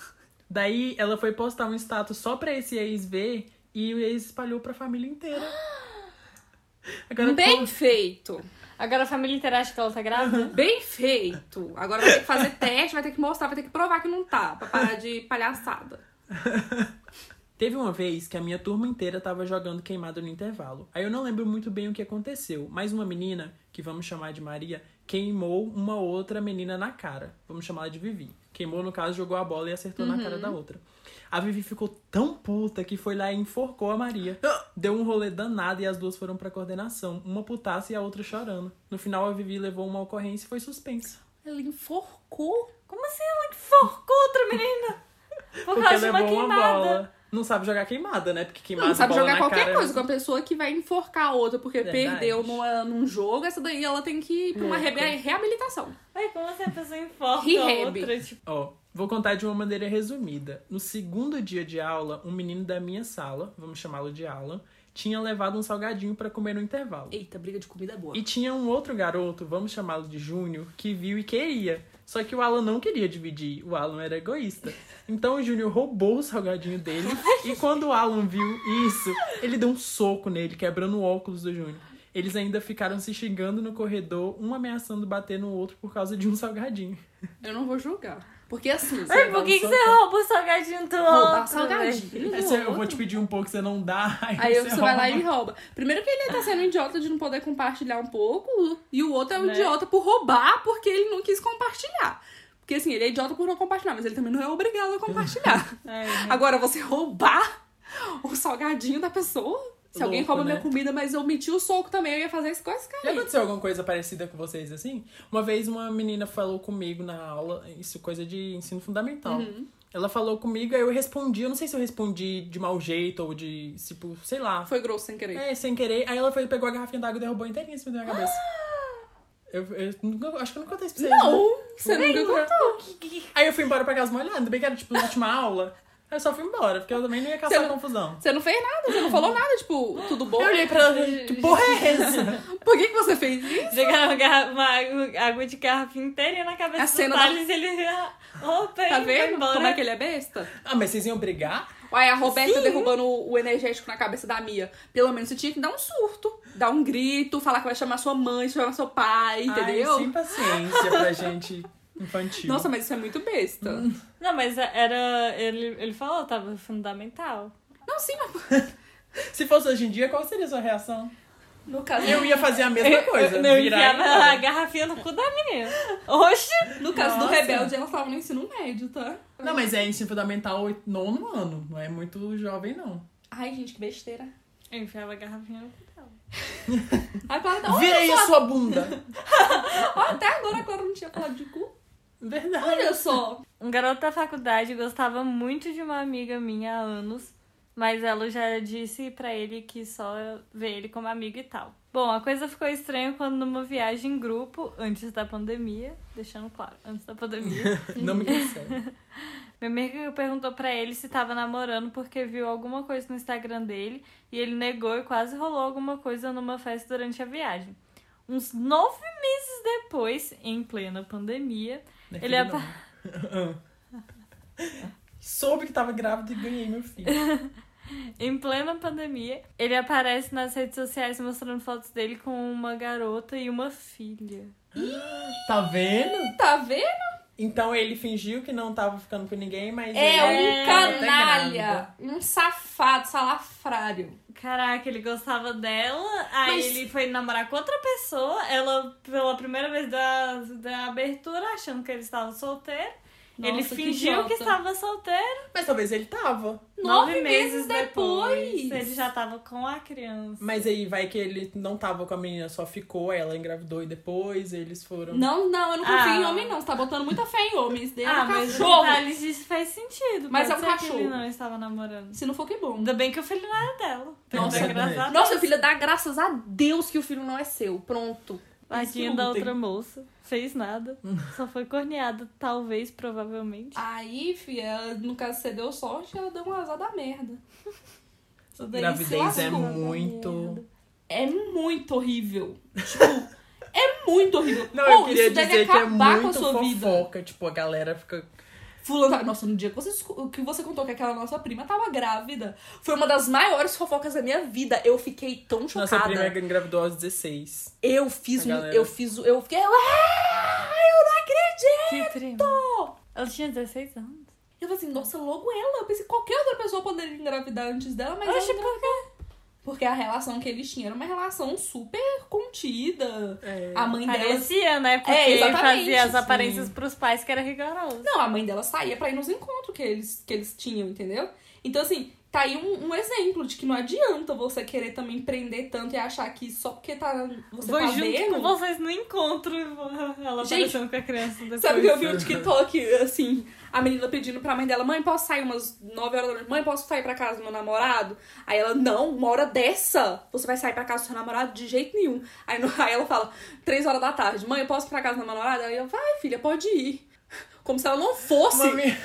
Daí ela foi postar um status só pra esse ex ver e o ex espalhou pra família inteira. Agora
Bem
como-
feito!
Agora a família inteira acha que ela tá grávida?
Bem feito! Agora vai ter que fazer teste, vai ter que mostrar, vai ter que provar que não tá, pra parar de palhaçada.
Teve uma vez que a minha turma inteira tava jogando queimado no intervalo. Aí eu não lembro muito bem o que aconteceu, mas uma menina, que vamos chamar de Maria, queimou uma outra menina na cara. Vamos chamar ela de Vivi. Queimou, no caso, jogou a bola e acertou na
Uhum.
cara da outra. A Vivi ficou tão puta que foi lá e enforcou a Maria.
(gasps)
Deu um rolê danado e as duas foram pra coordenação. Uma putaça e a outra chorando. No final, a Vivi levou uma ocorrência e foi suspensa.
Ela enforcou?
Como assim ela enforcou outra menina? Por causa de uma queimada.
Não sabe jogar queimada, né? Porque queimada
Não sabe
bola
jogar
na
qualquer
cara-
coisa com a pessoa que vai enforcar a outra porque
Verdade.
perdeu numa- num jogo. Essa daí ela tem que ir pra uma
Louco.
re- é, reabilitação.
Ai, como assim a pessoa enforca a
Rehab.
outra? Tipo,
Ó, vou contar de uma maneira resumida. No segundo dia de aula, um menino da minha sala, vamos chamá-lo de Alan, tinha levado um salgadinho pra comer no intervalo.
Eita, briga de comida é boa.
E tinha um outro garoto, vamos chamá-lo de Júnior, que viu e queria. Só que o Alan não queria dividir, o Alan era egoísta. Então o Júnior roubou o salgadinho dele e quando o Alan viu isso, ele deu um soco nele, quebrando o óculos do Júnior. Eles ainda ficaram se xingando no corredor, um ameaçando bater no outro por causa de um salgadinho.
Eu não vou julgar. Porque assim.
Ai,
você-
por que, que
soltar.
você rouba o salgadinho do outro?
Roubar
velho?
salgadinho.
Aí
do
você- eu
outro.
vou te pedir um pouco, você não dá.
Aí
(laughs) você
você vai lá e
rouba.
rouba. Primeiro que ele tá sendo idiota de não poder compartilhar um pouco, e o outro é um
Né?
idiota por roubar porque ele não quis compartilhar. Porque assim, ele é idiota por não compartilhar, mas ele também não é obrigado a
(laughs)
compartilhar.
Ai,
É.
meu
Agora, você roubar o salgadinho da pessoa. Se alguém
Louco,
rouba
né?
minha comida, mas eu meti o soco também, eu ia fazer isso com esse
Já
cara. aí.
aconteceu alguma coisa parecida com vocês assim? Uma vez uma menina falou comigo na aula, isso é coisa de ensino fundamental.
Uhum.
Ela falou comigo, aí eu respondi, eu não sei se eu respondi de mau jeito ou de, tipo, sei lá.
Foi grosso sem querer. (gasps)
É, sem querer. Aí ela foi, pegou a garrafinha d'água e derrubou inteirinha em cima da minha cabeça. Eu, eu nunca- acho que eu nunca contei isso pra vocês. né?
Não, você nunca contou.
Aí eu fui embora pra casa molhada, ainda bem que era tipo na última aula. Aí eu só fui embora, porque eu também não ia caçar
Você não-
confusão.
Você não fez nada, você não falou nada, tipo, tudo bom?
Eu olhei pra ela que porra é essa?
Por que, que você fez isso?
Jogar uma, garra- uma água- água de garrafa inteira na cabeça
A cena
do
da-
Thales e ele. ah, Opa,
Tá
ele foi
vendo
embora.
como é que ele é besta?
Ah, mas vocês iam brigar?
Olha, a Roberta derrubando o energético na cabeça da Mia. Pelo menos você tinha que dar um surto, dar um grito, falar que vai chamar sua mãe, chamar seu pai, entendeu?
Ai, sem paciência pra gente infantil.
Nossa, mas isso é muito besta.
Não, mas era. Ele, ele falou, tava fundamental.
Não, sim, mas
Se fosse hoje em dia, qual seria a sua reação?
no caso,
(laughs) Eu ia fazer a mesma coisa.
Eu, eu
virar e
enfiava
ir embora.
a garrafinha no cu da menina. Oxi!
no caso do
Nossa.
Rebelde, ela tava no ensino médio, tá?
Não, mas é ensino fundamental oito- nono ano. Não é muito jovem, não.
Ai, gente, que besteira.
Eu enfiava a garrafinha no cu dela.
Ai, Clara, não,
Vira
olha
aí
só,
Então, a sua (laughs) bunda.
ó, até agora a Clara não tinha falado de cu.
Verdade.
Olha só.
Um garoto da faculdade gostava muito de uma amiga minha há anos, mas ela já disse pra ele que só vê ele como amigo e tal. Bom, a coisa ficou estranha quando numa viagem em grupo, antes da pandemia, deixando claro, antes da pandemia,
Não me cancela.
minha amiga perguntou pra ele se tava namorando porque viu alguma coisa no Instagram dele e ele negou e quase rolou alguma coisa numa festa durante a viagem. Uns nove meses depois, em plena pandemia,
Não (laughs) é
Ele é
filho, não. (laughs) Soube que tava grávida e ganhei meu filho.
Em plena pandemia, ele aparece nas redes sociais mostrando fotos dele com uma garota e uma filha.
Tá vendo?
Tá vendo?
Então ele fingiu que não tava ficando com ninguém, mas.
É
ele
um
tava grávida.
canalha. Um safado, salafrário.
Caraca, ele gostava dela, aí
Mas-
ele foi namorar com outra pessoa, ela pela primeira vez da, da abertura, achando que ele estava solteiro.
Nossa,
ele
que
fingiu
idiota.
que, estava solteiro.
Mas talvez ele tava.
Nove, meses depois.
Ele já estava com a criança.
Mas aí vai que ele não tava com a menina, só ficou, ela engravidou e depois eles foram.
Não, não, eu não confio
Ah.
em homem, não. Você tá botando muita fé em homem. Isso daí é
ah,
um
mas
cachorro.
o que Thales disse faz sentido.
Mas
Pode
é um
ser Que ele
cachorro.
não estava namorando.
Se não for, que bom.
Ainda bem que o filho não era dela.
Nossa,
Ainda graças a
é Nossa, filha, dá graças a Deus que o filho não é seu. Pronto.
Tadinha
Isso
da
ontem.
outra moça.
(laughs)
Fez nada. Só foi corneada, talvez, provavelmente.
Ah, Aí, filha, no caso você deu sorte, ela deu um azar da
(laughs)
merda. Isso daí se
Gravidez é
lascou. né?
muito.
É muito horrível. Tipo, é muito horrível.
(laughs) Não,
Pô,
eu queria
isso deve
dizer que é
acabar com a
muito
sua vida.
fofoca. Tipo, a galera fica.
Fulano. tá- Nossa, no dia que você, desco- que você contou que aquela nossa prima tava grávida, foi uma das maiores fofocas da minha vida. Eu fiquei tão chocada.
Nossa prima engravidou aos 16.
Eu fiz
A
um.
galera.
Eu fiz. o- Eu fiquei. Ah, eu não acredito!
Que prima. Ela tinha 16 anos.
Eu falei assim, nossa, logo ela. Eu pensei que qualquer outra pessoa poderia engravidar antes dela, mas
Oxe,
ela engravidou. Porque a relação que eles tinham era uma relação super contida.
É.
A mãe dela.
Parecia, né? Porque
É,
ele
exatamente,
fazia as
sim.
aparências pros pais que era rigoroso.
Não, a mãe dela saía pra ir nos encontros que eles, que eles tinham, entendeu? Então, assim, tá aí um, um exemplo de que não adianta você querer também prender tanto e achar que só porque tá, você
Vou
tá
junto
vendo.
com vocês no encontro. Ela
Gente,
aparecendo com a criança depois.
Sabe que eu vi um TikTok, assim, a menina pedindo pra mãe dela, mãe, posso sair umas 9 horas da noite? Mãe, posso sair pra casa do meu namorado? Aí ela, não, uma hora dessa, você vai sair pra casa do seu namorado de jeito nenhum. Aí, no- aí ela fala, 3 horas da tarde, mãe, eu posso ir pra casa do meu namorado? Aí eu, vai, filha, pode ir. Como se ela não fosse.
Uma, ami-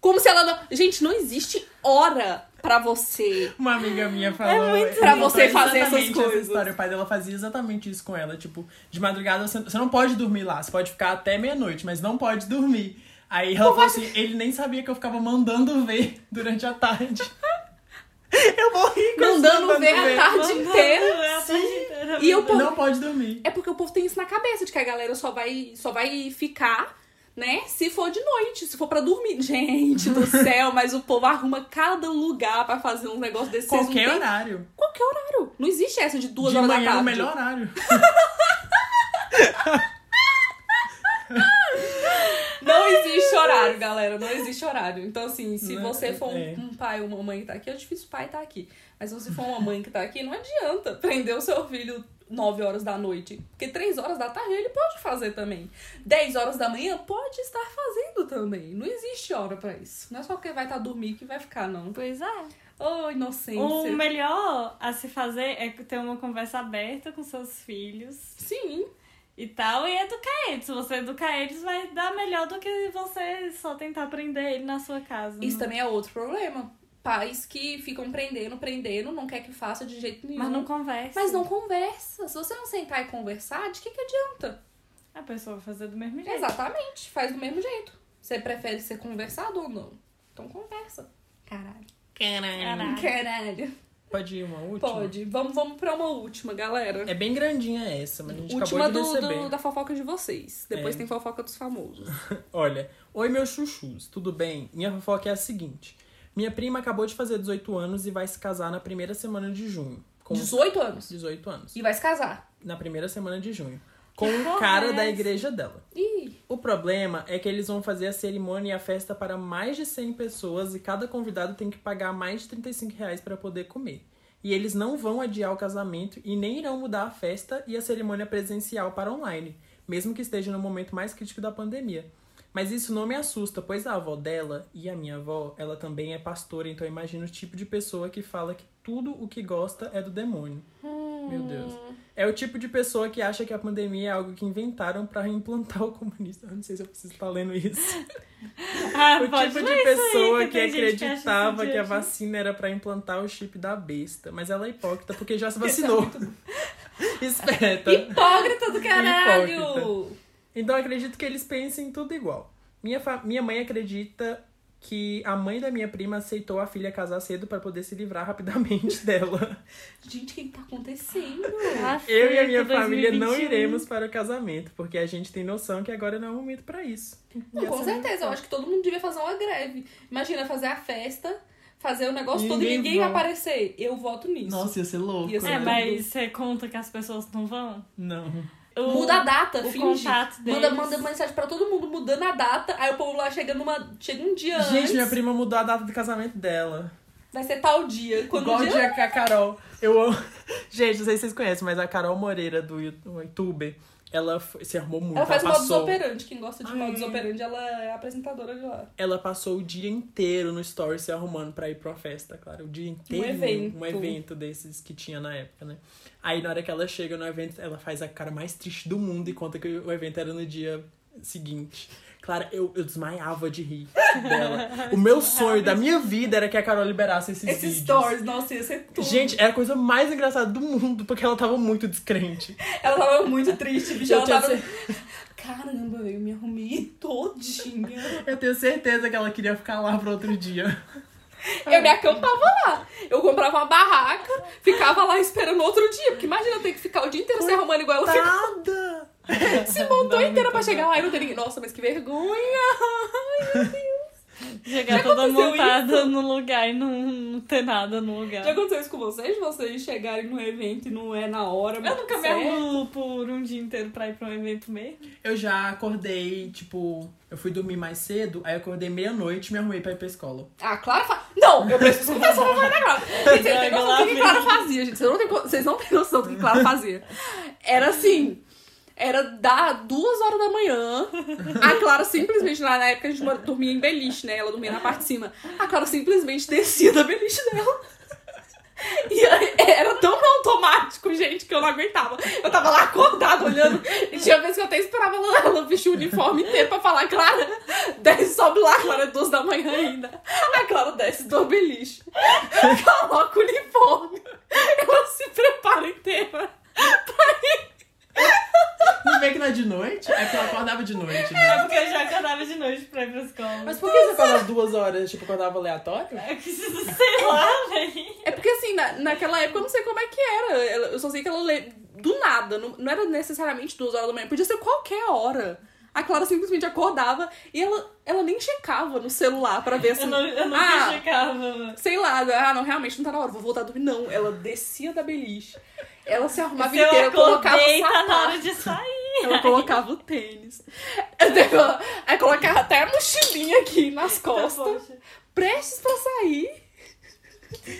Como se ela não. Gente, não existe hora pra você.
uma amiga minha falou.
muito Pra
contou
você fazer essas
É exatamente
coisas.
história. O pai dela fazia exatamente isso com ela. Tipo, de madrugada você, você não pode dormir lá. Você pode ficar até meia-noite, mas não pode dormir. Aí ela falou assim: ele nem sabia que eu ficava mandando ver (laughs) durante a tarde. (laughs) eu morri com isso,
Mandando ver a tarde. inteira.
é, a tarde inteira.
E eu povo-
Não pode dormir.
É porque o povo tem isso na cabeça, de que a galera só vai, só vai ficar, né? Se for de noite, se for pra dormir. Gente
(laughs)
do céu, mas o povo arruma cada lugar pra fazer um negócio desse. Vocês não
Qualquer
têm-
horário.
Qualquer horário. Não existe essa de duas
De
horas
manhã
da
é o
tarde.
melhor horário.
Não existe horário, galera. Não existe horário. Então, assim, se
Não,
você for um,
é.
um pai ou uma mãe que tá aqui, é difícil o pai tá aqui. Mas se você for uma mãe que tá aqui, não adianta prender o seu filho 9 horas da noite. Porque 3 horas da tarde ele pode fazer também. 10 horas da manhã pode estar fazendo também. Não existe hora pra isso. Não é só porque vai estar tá dormindo que vai ficar, não.
Pois é.
Ô, inocência.
O melhor a se fazer é ter uma conversa aberta com seus filhos.
Sim.
e tal, e educar eles. Se você educar eles, vai dar melhor do que você só tentar prender ele na sua casa.
Isso
né?
também é outro problema. Pais que ficam prendendo, prendendo, não quer que faça de jeito nenhum.
Mas não conversa.
é. Mas não conversa. Se você não sentar e conversar, de que, que adianta?
A pessoa vai fazer do mesmo jeito.
Exatamente, faz do mesmo jeito. Você prefere ser conversado ou não? Então conversa. Caralho.
Caralho.
Caralho.
Pode ir uma última?
Pode. Vamos, vamos pra uma última, galera.
É bem grandinha essa, mas a gente
Última
acabou de
do,
receber.
do- da fofoca de vocês. Depois
É.
tem fofoca dos famosos.
Olha, oi meus chuchus, tudo bem? Minha fofoca é a seguinte. Minha prima acabou de fazer 18 anos e vai se casar na primeira semana de junho. Com
18 anos.
18 anos.
E vai se casar.
Na primeira semana de junho. Com o
porra
cara
é
da
essa?
igreja dela.
Ih,
O problema é que eles vão fazer a cerimônia e a festa para mais de 100 pessoas e cada convidado tem que pagar mais de 35 reais para poder comer. E eles não vão adiar o casamento e nem irão mudar a festa e a cerimônia presencial para online, mesmo que esteja no momento mais crítico da pandemia. Mas isso não me assusta, pois a avó dela e a minha avó, ela também é pastora, então eu imagino o tipo de pessoa que fala que tudo o que gosta é do demônio. Meu Deus. É o tipo de pessoa que acha que a pandemia é algo que inventaram pra implantar o comunista. Eu não sei se eu preciso estar lendo isso.
(laughs) Ah,
o
pode
tipo
ler
de
isso aí,
pessoa que,
tem gente acha isso
acreditava que, a
idiota.
vacina era pra implantar o chip da besta. Mas ela é hipócrita porque já se
(laughs)
vacinou. (laughs) Esperta.
Hipócrita
(laughs)
do caralho!
Então eu acredito que eles pensem tudo igual. Minha, fa- minha mãe acredita que a mãe da minha prima aceitou a filha casar cedo pra poder se livrar rapidamente (laughs) dela.
Gente, o que que tá acontecendo?
Ah,
Eu e a
Caceta,
minha família não
2021.
iremos para o casamento, porque a gente tem noção que agora não é o momento pra isso.
Não, com certeza, eu acho que todo mundo devia fazer uma greve. Imagina fazer a festa, fazer o negócio todo e
Ninguém
ninguém vai
vai.
aparecer. Eu voto nisso.
ia ser louco.
Ia ser né?
É, mas você conta que as pessoas não vão?
Não.
O-
Muda a data,
o
finge.
contato deles.
Manda, manda mensagem pra todo mundo mudando a data. Aí o povo lá chega numa. Chega um dia antes.
Gente, minha prima mudou a data do casamento dela.
Vai ser tal dia. Quando
Igual
o
o
dia.
dia que a Carol. Eu amo. (laughs) Gente, não sei se vocês conhecem, mas a Carol Moreira do Yu- YouTube, ela foi- se armumou muito.
Ela faz o modus
passou,
operandi. Quem gosta de
Ah,
modus
é.
operandi, ela é apresentadora de lá.
ela passou o dia inteiro no story se arrumando pra ir pra uma festa, claro. O dia inteiro.
evento.
um evento desses que tinha na época, né? Aí na hora que ela chega no evento, ela faz a cara mais triste do mundo e conta que o evento era no dia seguinte. Claro, eu, eu desmaiava de rir (laughs) dela. O meu sonho da minha vida era que a Carol liberasse esses,
Esses
vídeos.
stories, nossa, ia ser tudo.
Gente, era a coisa mais engraçada do mundo, porque ela tava muito descrente.
Ela tava muito triste, bicho.
Eu
Ela
tinha
tava. (laughs) Caramba, eu me arrumei todinha.
Eu tenho certeza que ela queria ficar lá pro outro dia.
Eu me acampava lá. Eu comprava uma barraca, ficava lá esperando outro dia. Porque imagina eu ter que ficar o dia inteiro se arrumando igual ela fica.
Nada!
Se montou inteira pra chegar lá e não ter ninguém. Nossa, mas que vergonha! Ai, meu Deus.
Chegar
Já
toda
aconteceu
montada no lugar e não, não ter nada no lugar.
Já aconteceu isso com vocês? De Vocês chegarem no evento e não é na hora.
Eu nunca me
certo?
arrumo por um dia inteiro pra ir pra um evento mesmo.
Eu já acordei, tipo, eu fui dormir mais cedo, aí eu acordei meia-noite e me arrumei pra ir pra escola.
Ah, Clara fala. Não, eu preciso conversar com a Clara. Clara. Gente, vocês têm
Droga,
noção
lá
do que, que
vem.
Clara fazia, gente. Vocês não, têm, co- vocês não têm noção do que Clara fazia. Era assim. Era da duas horas da manhã. A Clara simplesmente, na na época a gente mora- dormia em beliche, né? Ela dormia na parte de cima. A Clara simplesmente descia da beliche dela. (laughs) E aí, era tão automático, gente, que eu não aguentava. Eu tava lá acordada olhando. E tinha vez que eu até esperava ela, ela vestir o uniforme inteiro pra falar, Clara, desce, sobe lá, Clara, é duas da manhã ainda. A Clara desce do beliche. Coloca o uniforme. Ela se prepara inteira pra ir.
Não vê que não é de noite? É porque eu acordava de noite.
É
Né?
porque eu já acordava de noite pra ir pra escola.
Mas por que você acordava duas horas? Tipo, acordava aleatório?
É que sei lá, véi.
É porque assim, na, naquela época eu não sei como é que era. Ela- Eu só sei que ela le... do nada, não, não era necessariamente duas horas da manhã, podia ser qualquer hora. A Clara simplesmente acordava e ela, ela nem checava no celular pra ver assim.
Eu não, eu não
ah,
checava.
Sei lá, ah, não, realmente não tá na hora, vou voltar a dormir. Não, ela descia da beliche. Ela se arrumava
Se eu
inteira, colocava o
acordei, tá na
sapato.
hora de sair.
(laughs) Ela colocava o tênis. Eu tenho- Aí colocava até a mochilinha aqui nas
Tá
costas.
Poxa.
Prestes pra sair.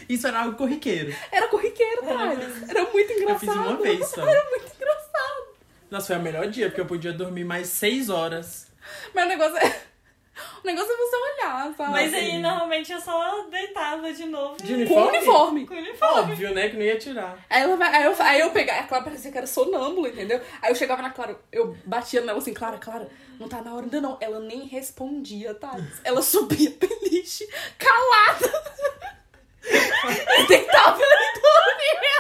Isso era algo corriqueiro.
Era corriqueiro, cara. Era muito
Eu fiz
engraçado.
uma vez só.
Era muito engraçado.
Nossa, foi o melhor dia, porque eu podia dormir mais seis horas.
Mas o negócio é. O negócio é você olhar, sabe?
Mas
Nossa,
aí,
sim.
normalmente, eu só deitava de novo.
De
e-
com o uniforme.
Com uniforme.
Óbvio, né? Que não ia tirar.
Aí, ela vai- aí eu, aí eu pegava, a Clara parecia que era sonâmbula, entendeu? Aí eu chegava na Clara, eu batia nela assim, Clara, Clara, não tá na hora ainda não. Ela nem respondia, tá? Ela subia (laughs) beliche, calada. e deitava e dormia.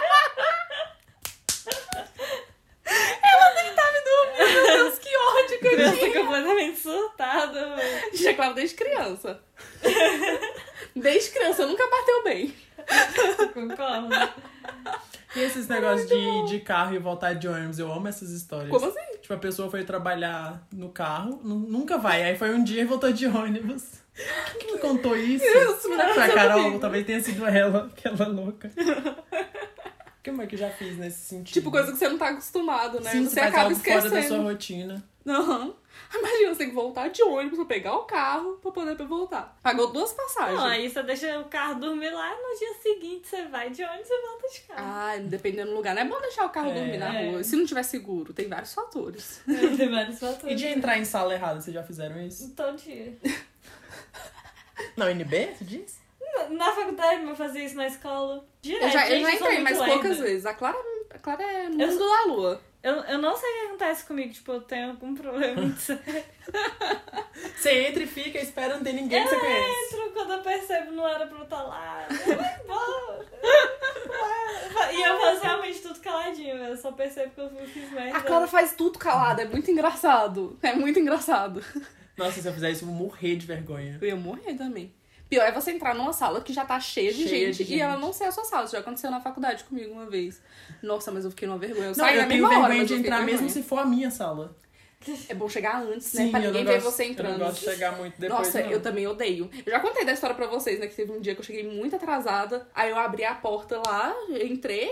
Ela deitava e dormia, meu Deus, que ódio que eu
Criança
tinha.
completamente surtada, velho.
Gente, é claro, desde criança. (laughs) Desde criança, nunca bateu bem. (laughs)
Concordo.
E esses negócios de, de carro e voltar de ônibus, eu amo essas histórias.
Como assim?
Tipo, a pessoa foi trabalhar no carro, nu- nunca vai. Aí foi um dia e voltou de ônibus. Quem que me contou isso?
Isso, não
Foi a
aconteceu
Carol,
comigo.
talvez tenha sido ela,
(laughs)
aquela louca. Como é que eu já fiz nesse sentido?
Tipo, coisa que você não tá acostumado, né?
Sim,
você
você faz
acaba
algo
esquecendo.
fora da sua rotina.
Aham. (laughs) Imagina, você tem que voltar de ônibus pra pegar o carro pra poder voltar. Pagou duas passagens.
Não, aí você deixa o carro dormir lá no dia seguinte você vai de ônibus e volta de casa.
Ai, dependendo do lugar. Não é bom deixar o carro
É.
dormir na rua. Se não tiver seguro, tem vários fatores.
Tem vários
E
é.
fatores.
de entrar em sala errada, vocês já fizeram isso?
Todo dia.
Na UNB, você diz?
Na- Na faculdade, eu fazia isso na escola. Direto.
eu já, eu
É, gente,
já
sou
entrei,
muito
mas
lerda.
poucas vezes. A Clara, a Clara é mundo
Eu sou-
da lua.
Eu, eu não sei o que acontece comigo, tipo, eu tenho algum problema. muito
(laughs)
sério.
Você entra e fica, espera, não tem ninguém
É.
que você
eu
conhece.
entro Tipo, quando eu percebo não era pra eu estar lá. Eu vou embora.
(laughs)
E eu faço realmente tudo caladinho, eu só percebo que eu fiz merda.
A Clara faz tudo calada. É muito engraçado. É muito engraçado.
Nossa, se eu fizer isso, eu vou morrer de vergonha.
Eu ia morrer também. Pior é você entrar numa sala que já tá cheia de,
Cheia
gente,
de
e
gente.
ela não ser a sua sala. Isso já aconteceu na faculdade comigo uma vez. Nossa, mas eu fiquei numa vergonha. Eu
Não,
saí
eu
na
tenho
mesma hora,
vergonha
mas
de
eu fiquei
entrar
com
mesmo
vergonha.
se for a minha sala.
É bom chegar antes, né?
Sim,
Pra
eu
ninguém
não
ver
gosto-
você entrando.
Eu não gosto de chegar muito depois,
Nossa,
não.
eu também odeio. Eu já contei da história pra vocês, né? Que teve um dia que eu cheguei muito atrasada. Aí eu abri a porta lá, entrei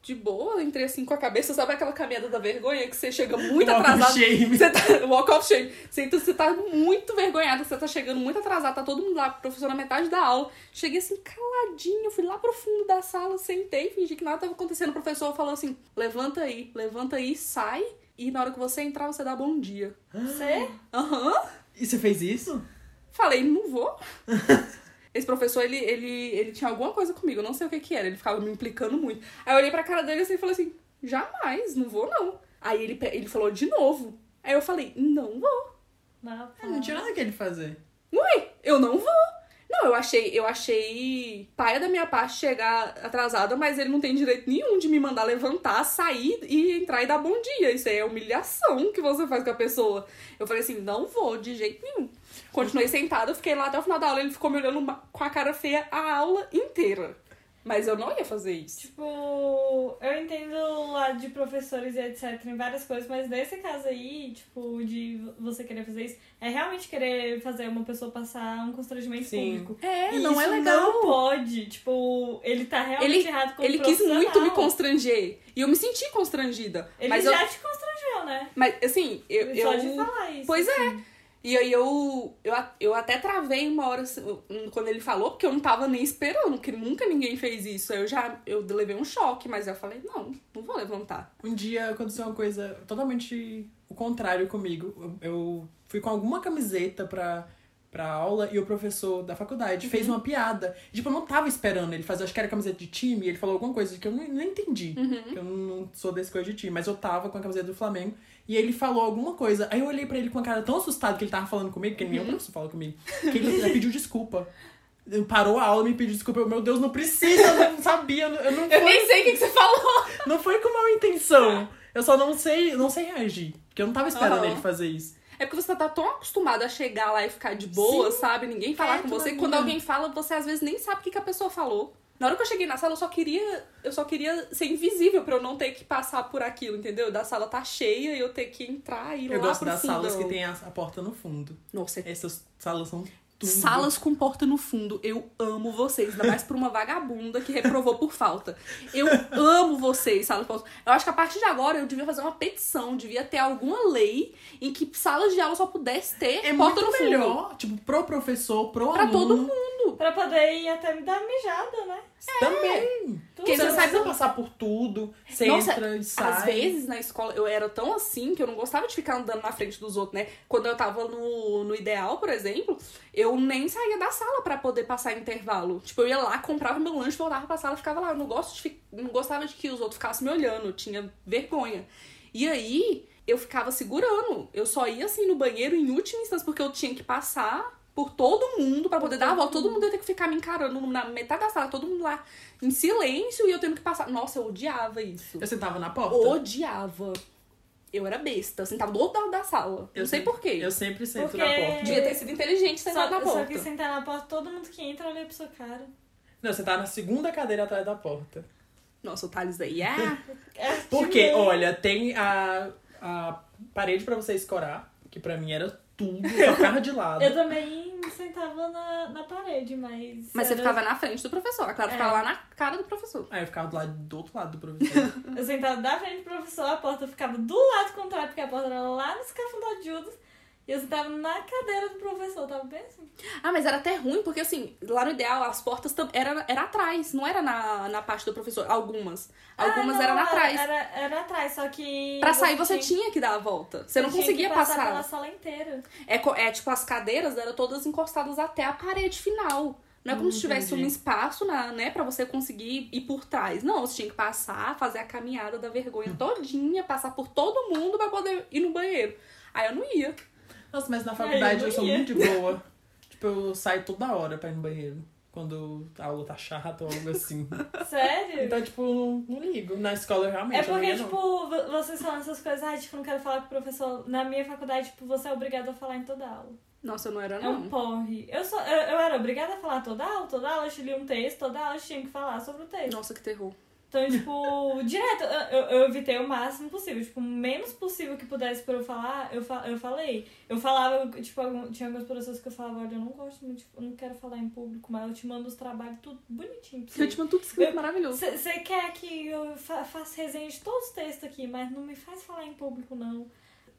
de boa, entrei assim com a cabeça. Sabe aquela caminhada da vergonha que você chega muito
Walk of
atrasada?
shame.
Você tá, walk of shame. Você, então, você tá muito vergonhada, você tá chegando muito atrasada, tá todo mundo lá, professor na metade da aula. Cheguei assim, caladinho, fui lá pro fundo da sala, sentei, fingi que nada tava acontecendo. O professor falou assim: levanta aí, levanta aí, sai. E na hora que você entrar, você dá bom dia.
Hum. Você?
Aham.
E você fez isso?
Falei, não vou. Esse professor, ele, ele, ele tinha alguma coisa comigo, eu não sei o que que era, ele ficava me implicando muito. Aí eu olhei pra cara dele assim e falei assim, jamais, não vou não. Aí ele, pe- ele falou de novo. Aí eu falei, não vou.
Não, pá.
Ah, não tinha nada que ele fazer.
Uai, eu não vou. Não, eu achei, eu achei paia da minha parte chegar atrasada, mas ele não tem direito nenhum de me mandar levantar, sair e entrar e dar bom dia. Isso aí é humilhação que você faz com a pessoa. Eu falei assim, não vou, de jeito nenhum. Continuei sentada, eu fiquei lá até o final da aula, ele ficou me olhando ma- com a cara feia a aula inteira. Mas eu não ia fazer isso.
Tipo, eu entendo o lado de professores e etc em várias coisas, mas nesse caso aí, tipo, de vo- você querer fazer isso, é realmente querer fazer uma pessoa passar um constrangimento
Sim.
público.
É,
E
não é
isso
legal.
Não pode, tipo, ele tá realmente
Ele-
errado como
Ele quis muito me
profissional.
constranger. E eu me senti constrangida.
Ele
mas,
já
eu,
te constrangeu, né?
mas assim, eu.
Só
eu...
de falar isso.
Pois
é.
E aí eu, eu, a- eu até travei uma hora assim, um, quando ele falou, porque eu não tava nem esperando, porque nunca ninguém fez isso. Aí eu já eu levei um choque, mas eu falei, não, não vou levantar.
Um dia aconteceu uma coisa totalmente o contrário comigo. Eu eu fui com alguma camiseta pra, pra aula e o professor da faculdade fez uma piada. Tipo, eu não tava esperando ele fazer, acho que era camiseta de time, e ele falou alguma coisa que eu não, não entendi. que Eu não sou desse coisa de time, mas eu tava com a camiseta do Flamengo e ele falou alguma coisa. Aí eu olhei pra ele com a cara tão assustada que ele tava falando comigo, que nenhum professor fala comigo, que ele pediu desculpa. Ele Parou a aula e me pediu desculpa. Eu, meu Deus, não precisa, eu não sabia, eu não, eu não
Eu
fui-
nem sei o que, que você falou.
não foi com mal intenção. Eu só não sei, não sei reagir. Porque eu não tava esperando
Aham.
ele fazer isso.
É porque você tá tão acostumado a chegar lá e ficar de boa, sabe? Ninguém falar com
quieto,
você.
né?
Quando alguém fala, você às vezes nem sabe o que, que a pessoa falou. Na hora que eu cheguei na sala, eu só queria, eu só queria ser invisível pra eu não ter que passar por aquilo, entendeu? Da sala tá cheia e eu ter que entrar e ir
Eu
lá
gosto
pro
das salas que
fundão.
tem a, a porta no fundo.
Nossa, é
Essas salas são tudo.
Salas com porta no fundo, eu amo vocês, ainda mais por uma vagabunda que reprovou por falta. Eu amo vocês, salas com porta. Eu acho que a partir de agora eu devia fazer uma petição, devia ter alguma lei em que salas de aula só pudesse ter
É
porta
muito
no fundo.
melhor, tipo, pro professor, pro
Pra
aluno.
todo mundo. É,
Pra poder ir até me dar mijada, né?
Também.
Tu-
Porque
Você não
você
precisa
sabe-
passar por tudo. Você
Nossa,
entra e sai.
Às vezes na escola eu era tão assim que eu não gostava de ficar andando na frente dos outros, né? Quando eu tava no, no ideal, por exemplo, eu nem saía da sala pra poder passar intervalo. Tipo, eu ia lá, comprava meu lanche, voltava pra sala, ficava lá. Eu não, gosto de fi- não gostava de que os outros ficassem me olhando, eu tinha vergonha. E aí eu ficava segurando. Eu só ia assim no banheiro em última instância, porque eu tinha que passar por todo mundo pra poder dar a volta. Todo mundo ia ter que ficar me encarando na metade da sala, todo mundo lá em silêncio e eu tendo que passar. Nossa, eu odiava isso.
Eu sentava na porta.
Odiava. Eu era besta. Eu sentava do outro lado da sala.
Eu
não sei
sei.
porquê.
Eu sempre sento
Porque-
na porta.
Devia ter sido inteligente
Só,
sentado na
só
porta.
que sentar na porta, todo mundo que entra olha pra sua cara.
Não, você tá na segunda cadeira atrás da porta.
Nossa, o Thales aí.
(laughs)
Ah,
É,
Porque,
que-
olha, tem a, a parede pra você escorar, que pra mim era tudo, só ficava de lado.
Eu também me sentava na, na parede, mas.
mas você
era-
ficava na frente do professor. A Clara
É.
ficava lá na cara do professor.
Aí eu ficava do, lado, do outro lado do professor.
Eu sentava da frente do professor, a porta ficava do lado contrário, porque a porta era lá no escafundó de Judas. E eu sentava na cadeira do professor, tava bem assim.
Ah, mas era até ruim, porque assim, lá no ideal, as portas tam- era, era atrás, não era na, na parte do professor. Algumas. Algumas
Ah, não,
eram atrás.
Era, era atrás, só que.
Pra sair, você tinha que dar a volta. Você não
tinha que
conseguia
passar.
passar.
pela sala inteira.
É, co- é tipo, as cadeiras eram todas encostadas até a parede final. Não é como
Hum,
se tivesse
entendi.
um espaço, na, né, pra você conseguir ir por trás. Não, você tinha que passar, fazer a caminhada da vergonha todinha, passar por todo mundo pra poder ir no banheiro. Aí eu não ia.
(laughs) Nossa, mas na faculdade eu,
eu não
sou
ia.
muito de boa. (laughs) tipo, eu saio toda hora pra ir no banheiro. Quando a aula tá chata ou algo (laughs) assim.
Sério?
Então, tipo, eu não, não ligo. Na escola eu realmente
É
eu não
porque,
ia, não.
tipo, vo- vocês falam essas coisas, ah, tipo, não quero falar com o professor. Na minha faculdade, tipo, você é obrigado a falar em toda aula.
Nossa, eu não era,
É um
não.
porre. Eu, só, eu, eu era obrigada a falar toda aula, toda aula, eu te li um texto, toda aula eu tinha que falar sobre o texto.
Nossa, que terror. (laughs)
Então, tipo, direto, eu, eu- eu evitei o máximo possível. Tipo, o menos possível que pudesse pra eu falar, eu, fa eu falei. Eu falava, tipo, algum- tinha algumas pessoas que eu falava, olha, eu não gosto muito, tipo, eu não quero falar em público, mas eu te mando os trabalhos tudo bonitinho pra
Porque eu
você.
tinha um tudo escrito
Eu-
maravilhoso.
Você quer que eu fa faça resenha de todos os textos aqui, mas não me faz falar em público, não.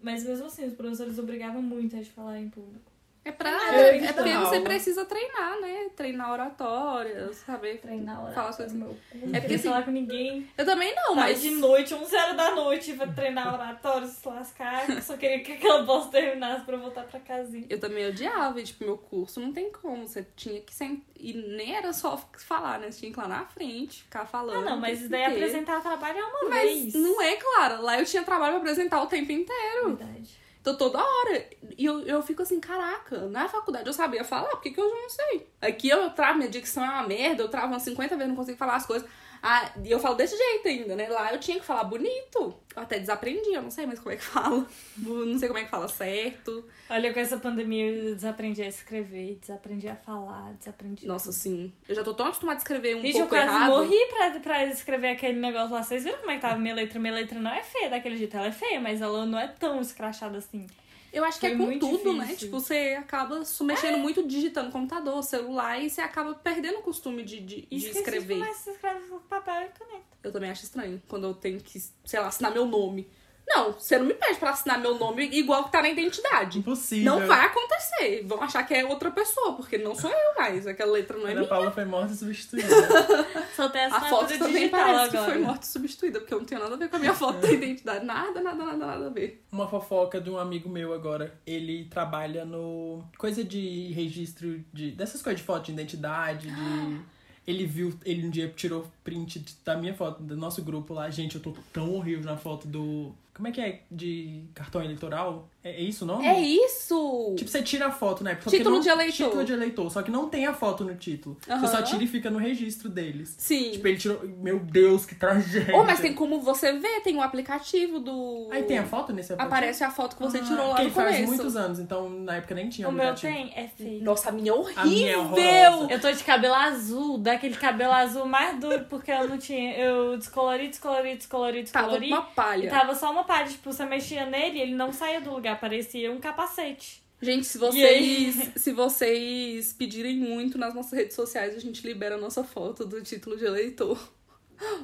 Mas mesmo assim, os professores obrigavam muito a gente falar em público.
É pra.
Ah,
É,
então.
porque você
Aula.
precisa treinar, né? Treinar oratória, saber.
Treinar hora.
Falar coisas-
meu cu.
É
É
porque,
porque
assim,
falar com ninguém.
Eu também não,
Não,
mas.
mas de noite, 11 horas da noite, pra treinar oratório, se lascar. Eu só queria que aquela bosta terminasse pra eu voltar pra casinha.
Eu também odiava, e, tipo, meu curso não tem como. Você tinha que sentar. E nem era só f- falar, né? Você tinha que ir lá na frente, ficar
Ah,
falando.
não, mas isso daí
Porque-
apresentar trabalho é uma
Mas
vez.
não é, Clara. Lá eu tinha trabalho pra apresentar o tempo inteiro.
É Verdade.
Tô toda hora. E eu, eu fico assim, caraca, na faculdade eu sabia falar, por que que eu não sei? Aqui eu travo, minha dicção é uma merda, eu travo umas 50 vezes, não consigo falar as coisas. Ah, e eu falo desse jeito ainda, né? Lá eu tinha que falar bonito. Eu até desaprendi, eu não sei mais como é que fala. (laughs) Não sei como é que fala certo.
Olha, com essa pandemia eu desaprendi a escrever, desaprendi a falar, desaprendi.
Nossa, sim. Eu já tô tão acostumada a escrever um
Gente, eu
pouco
quase
errado.
morri pra, pra escrever aquele negócio lá. Vocês viram como é que tava minha letra? Minha letra não é feia daquele jeito. Ela é feia, mas ela não é tão escrachada assim.
Eu acho que
Foi
é com
muito
tudo, né?
difícil.
Tipo, você acaba se mexendo muito digitando computador, celular, e você acaba perdendo o costume de, de, de
E esqueci
escrever.
como é que se escreve com papel e caneta.
Eu também acho estranho quando eu tenho que, sei lá, assinar meu nome. Não, você não me pede pra assinar meu nome igual que tá na identidade.
Impossível.
Não vai acontecer. Vão achar que é outra pessoa, porque não sou eu mais. Aquela letra não é
Ana
minha.
Paula foi morta e substituída.
é Só tem
A foto também
digital
parece
agora.
que foi morta e substituída, porque eu não tenho nada a ver com a minha foto da identidade. Nada, nada, nada, nada a ver.
Uma fofoca de um amigo meu agora. Ele trabalha no. coisa de registro de. dessas coisas de foto de identidade, de.
(gasps)
Ele viu, ele um dia tirou print de- da minha foto, do nosso grupo lá. Gente, eu tô tão horrível na foto do. Como é que é? De cartão eleitoral? É, é isso o nome?
É isso!
Tipo, você tira a foto, né? Só que
Título
não-
de eleitor.
Título de eleitor, só que não tem a foto no título.
Aham.
Você só tira e fica no registro deles.
Sim.
Tipo, ele tirou. Meu Deus, que tragédia.
Ou mas tem como você ver, tem o aplicativo do.
Aí tem a foto nesse aplicativo?
Aparece a foto que você
Ah,
tirou lá
porque
no
faz
começo.
muitos anos, então na época nem tinha
O meu
aplicativo.
tem? É feio.
Nossa, a minha é horrível!
A minha é
(laughs)
horrorosa.
Eu tô de cabelo azul, daquele cabelo azul mais duro, porque eu não tinha. Eu descolori, descolori, descolori,
Tava
descolori.
tá uma palha.
tá E tava só uma parte, tipo, você mexia nele e ele não saía do lugar, parecia um capacete.
Gente, se
E aí?
vocês, se vocês pedirem muito nas nossas redes sociais, a gente libera a nossa foto do título de eleitor.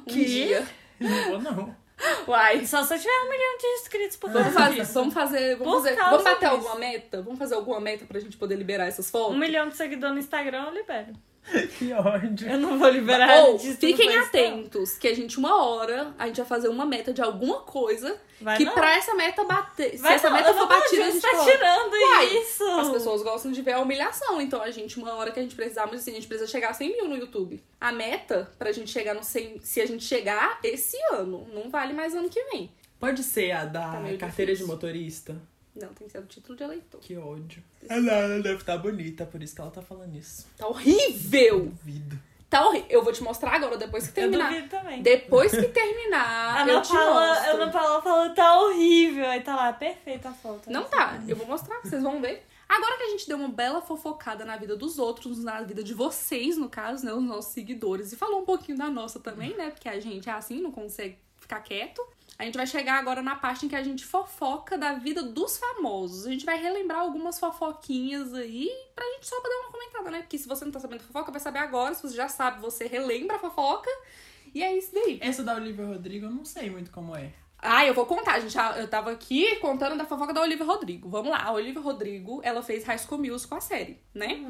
Um
Que?
dia.
Não vou, não.
Uai.
Só se eu tiver um milhão de inscritos por
Vamos
causa
fazer,
disso.
vamos fazer, vamos,
Por
fazer,
causa
vamos bater
disso.
alguma meta? Vamos fazer alguma meta pra gente poder liberar essas fotos?
Um milhão de seguidores no Instagram eu libero.
Que ódio.
Eu não vou liberar
Ou
disso no
fiquem
Facebook,
atentos, que a gente, uma hora, a gente vai fazer uma meta de alguma coisa
não. Vai
que
não.
pra essa meta bater.
Vai
se essa
não,
meta
eu
for
vou falar,
batida, a
Deus
gente
tá
coloca.
tirando
Uai,
isso.
As pessoas gostam de ver a humilhação, então a gente, uma hora que a gente precisar, mas assim, a gente precisa chegar a 100 mil no YouTube. A meta pra gente chegar no 100, se a gente chegar esse ano, não vale mais ano que vem.
Pode ser a da
Tá meio
carteira
difícil.
de motorista?
Não, tem que ser o título de eleitor.
Que ódio. Ela, ela deve estar bonita, por isso que ela tá falando isso.
Tá horrível!
Duvido.
Tá horrível. Eu vou te mostrar agora, depois que
Eu
terminar.
duvido também.
Depois que terminar,
A Ana
eu te
Paula, a
mostro.
Ana Paula falou, tá horrível. Aí tá lá, perfeita a foto.
Não tá, eu vou mostrar, vocês vão ver. Agora que a gente deu uma bela fofocada na vida dos outros, na vida de vocês, no caso, né? Os nossos seguidores. E falou um pouquinho da nossa também, né? Porque a gente é assim, não consegue ficar quieto. A gente vai chegar agora na parte em que a gente fofoca da vida dos famosos. A gente vai relembrar algumas fofoquinhas aí pra gente só poder dar uma comentada, né? Porque se você não tá sabendo fofoca, vai saber agora. Se você já sabe, você relembra a fofoca. E é isso daí.
Essa da Olivia Rodrigo eu não sei muito como é.
Ah, eu vou contar, gente. Ah, Eu tava aqui contando da fofoca da Olivia Rodrigo. Vamos lá. A Olivia Rodrigo, ela fez High School Musical, a série, né?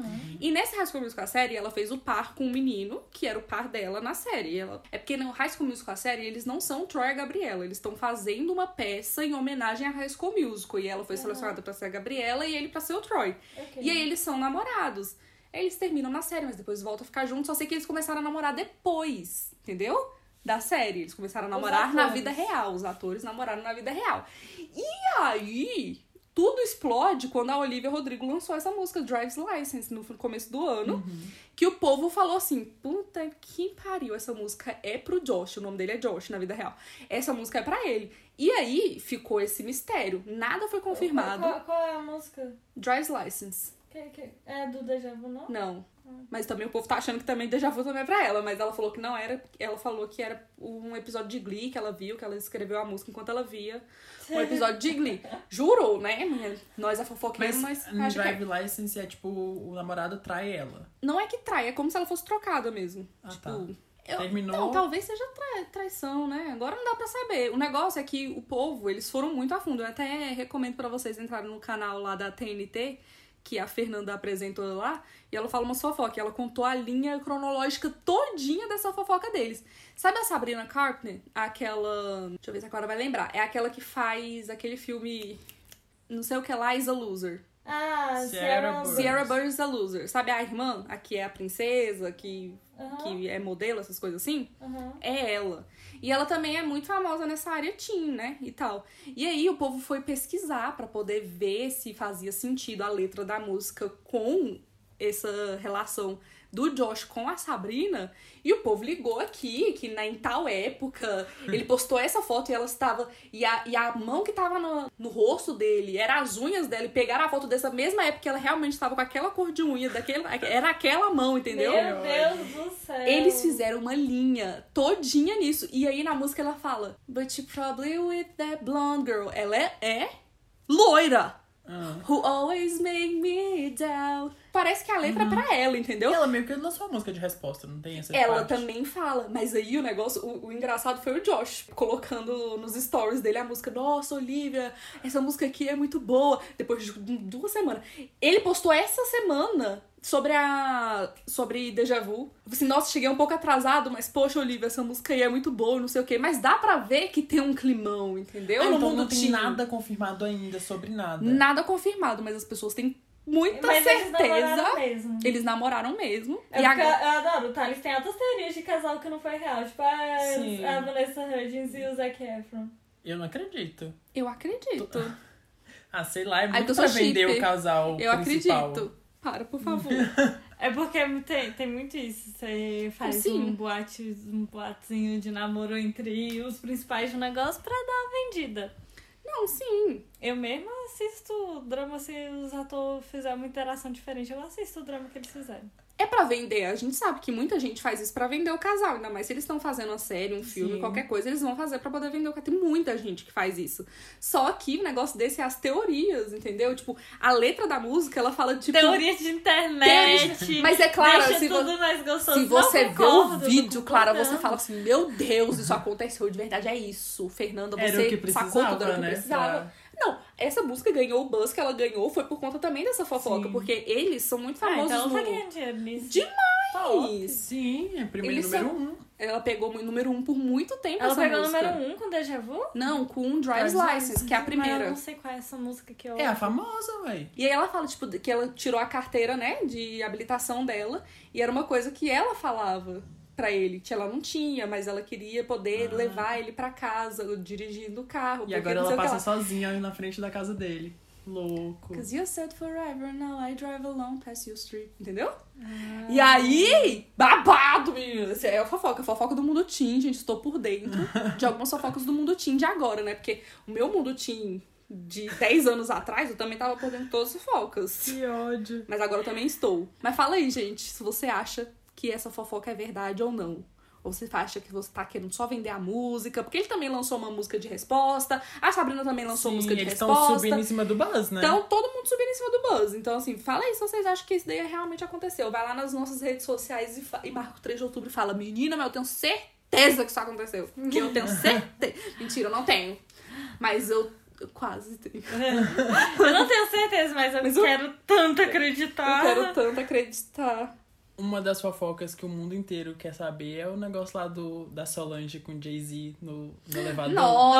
E nesse High School Musical, a série, ela fez o par com um menino, que era o par dela na série. Ela... É porque no High School Musical, a série, eles não são Troy e a Gabriela. Eles estão fazendo uma peça em homenagem a High School Musical. E ela foi selecionada pra ser a Gabriela e ele pra ser o Troy. E aí eles são namorados. Eles terminam na série, mas depois voltam a ficar juntos. Só sei que eles começaram a namorar depois, entendeu? Da série. Eles começaram a
Os
namorar na
atores.
vida real. Os atores namoraram na vida real. E aí, tudo explode quando a Olivia Rodrigo lançou essa música, Drive's License, no começo do ano.
Uhum.
Que o povo falou assim: puta que pariu, essa música é pro Josh, o nome dele é Josh na vida real. Essa música é pra ele. E aí ficou esse mistério. Nada foi confirmado.
Qual, qual é a música?
Drive's License.
Que- que- É do Deja Vu, não?
Não. Mas também o povo tá achando que também Deja Vu também é pra ela. Mas ela falou que não era. Ela falou que era um episódio de Glee que ela viu, que ela escreveu a música enquanto ela via um episódio de
(laughs)
Glee. Jurou, né? menina? Nós a fofoqueira,
Mas,
mas,
no
acho que é.
Drive License é tipo, o namorado trai ela.
Não é que trai, é como se ela fosse trocada mesmo.
Ah,
tipo,
tá.
eu-
Terminou.
Não, talvez seja tra- traição, né? Agora não dá pra saber. O negócio é que o povo, eles foram muito a fundo. Eu até recomendo pra vocês entrarem no canal lá da TNT, que a Fernanda apresentou lá, e ela fala uma fofoca. E ela contou a linha cronológica todinha dessa fofoca deles. Sabe a Sabrina Carpenter? Aquela. Deixa eu ver se a Clara vai lembrar. É aquela que faz aquele filme. Não sei o que lá, Is a Loser.
Ah,
Sierra
Sierra
Burns.
Sierra Burns is a Loser. Sabe a irmã? A que é a princesa, que,
Aham,
que é modelo, essas coisas assim?
aham.
é ela. E ela também é muito famosa nessa área teen, né? E tal. E aí o povo foi pesquisar pra poder ver se fazia sentido a letra da música com essa relação do Josh com a Sabrina. E o povo ligou aqui que na, em tal época
(laughs)
ele postou essa foto e ela estava. E a, e a mão que tava no, no rosto dele, era as unhas dela. E pegaram a foto dessa mesma época que ela realmente estava com aquela cor de unha, daquele, era aquela mão, entendeu?
Meu Deus do céu.
Eles fizeram uma linha todinha nisso. E aí na música ela fala: But you probably with that blonde girl. Ela é, é loira.
Ah.
Who always make me down. Parece que a letra é pra ela, entendeu?
Ela meio que lançou a música de resposta, não tem essa
Ela
parte?
também fala, mas aí o negócio, o, o engraçado foi o Josh colocando nos stories dele a música, nossa, Olivia, essa música aqui é muito boa. Depois de du- duas semanas. Ele postou essa semana sobre a. sobre Deja Vu. Eu falei assim, nossa, cheguei um pouco atrasado, mas poxa, Olivia, essa música aí é muito boa, não sei o quê. Mas dá pra ver que tem um climão, entendeu?
Ah,
no
então
mundo
não tem
teen.
nada confirmado ainda sobre nada.
Nada confirmado, mas as pessoas têm muita
Mas eles
certeza.
namoraram mesmo.
Eles namoraram mesmo.
É
e
porque
agora.
eu adoro, tá? Eles têm altas teorias de casal que não foi real. Tipo, a,
Sim.
a Vanessa Hudgens e o Zac Efron.
Eu não acredito.
Eu acredito.
Ah, sei lá, é muito
que eu sou
pra vender
chique.
o casal
Eu
principal.
acredito. Para, por favor.
É porque tem, tem muito isso. Você faz
Sim.
um boate, um boatezinho de namoro entre os principais do negócio pra dar uma vendida.
Não, sim.
Eu mesma assisto drama se os atores fizerem uma interação diferente. Eu assisto o drama que eles fizeram.
é pra vender. A gente sabe que muita gente faz isso pra vender o casal, ainda mais se eles estão fazendo uma série, um filme,
Sim.
qualquer coisa, eles vão fazer pra poder vender o casal. Tem muita gente que faz isso. Só que o negócio desse é as teorias, entendeu? Tipo, a letra da música, ela fala tipo.
Teoria de internet.
Mas é claro,
Deixa
se, vo-
tudo mais gostoso.
se você
não
vê o
concordo,
vídeo,
não Ah,
Clara, você
concordamos.
fala assim: Meu Deus, isso aconteceu de verdade. É isso. Fernanda,
Era
você
o que
sacou tudo era o que
precisava, né?
precisava.
pra-
Não, essa música ganhou o buzz que ela ganhou foi por conta também dessa fofoca,
Sim.
porque eles são muito
Ah,
famosos
então ela tá
no
ganhando dinheiro nisso.
Demais! país.
Sim, é primeiro
Eles
número um.
Ela pegou o número um por muito tempo
Ela
essa
pegou o
música.
número 1 um com Deja Vu?
Não, com um Drive's
Drive's
License, que é a
Mas eu
primeira.
não sei qual é essa música que eu...
É a famosa, véi.
E aí ela fala, tipo, que ela tirou a carteira, né, de habilitação dela, e era uma coisa que ela falava pra ele, que ela não tinha, mas ela queria poder
Ah.
levar ele pra casa, dirigindo o carro.
E
porque
agora
não sei
ela
o que
passa
lá.
sozinha na frente da casa dele. Louco.
Cause you said forever, now I drive alone past your street. Entendeu? E
Ah.
aí, babado, menina. Essa É a fofoca. A fofoca do mundo teen, gente. Estou por
(laughs)
dentro de algumas fofocas do mundo teen de agora, né? Porque o meu mundo teen de 10 anos atrás, eu também tava por dentro de todas as fofocas.
Que ódio.
Mas agora eu também estou. Mas fala aí, gente, se você acha que essa fofoca é verdade ou não. Ou você acha que você tá querendo só vender a música? Porque ele também lançou uma música de resposta. A Sabrina também lançou
Sim,
música de
eles estão
resposta.
subindo em cima do buzz, né?
Então, todo mundo subindo em cima do Buzz. Então, assim, fala aí se vocês acham que isso daí realmente aconteceu. Vai lá nas nossas redes sociais e, fa- e marca o 3 de outubro e fala: Menina, mas eu tenho certeza que isso aconteceu. Que eu
(laughs)
tenho certeza. Mentira, eu não tenho. Mas eu, eu quase tenho.
Eu não tenho certeza, mas eu
Mas eu-
quero tanto
Eu
Ah.
acreditar.
quero tanto acreditar.
Uma das fofocas que o mundo inteiro quer saber é o negócio lá do, da Solange com Jay-Z no, no elevador.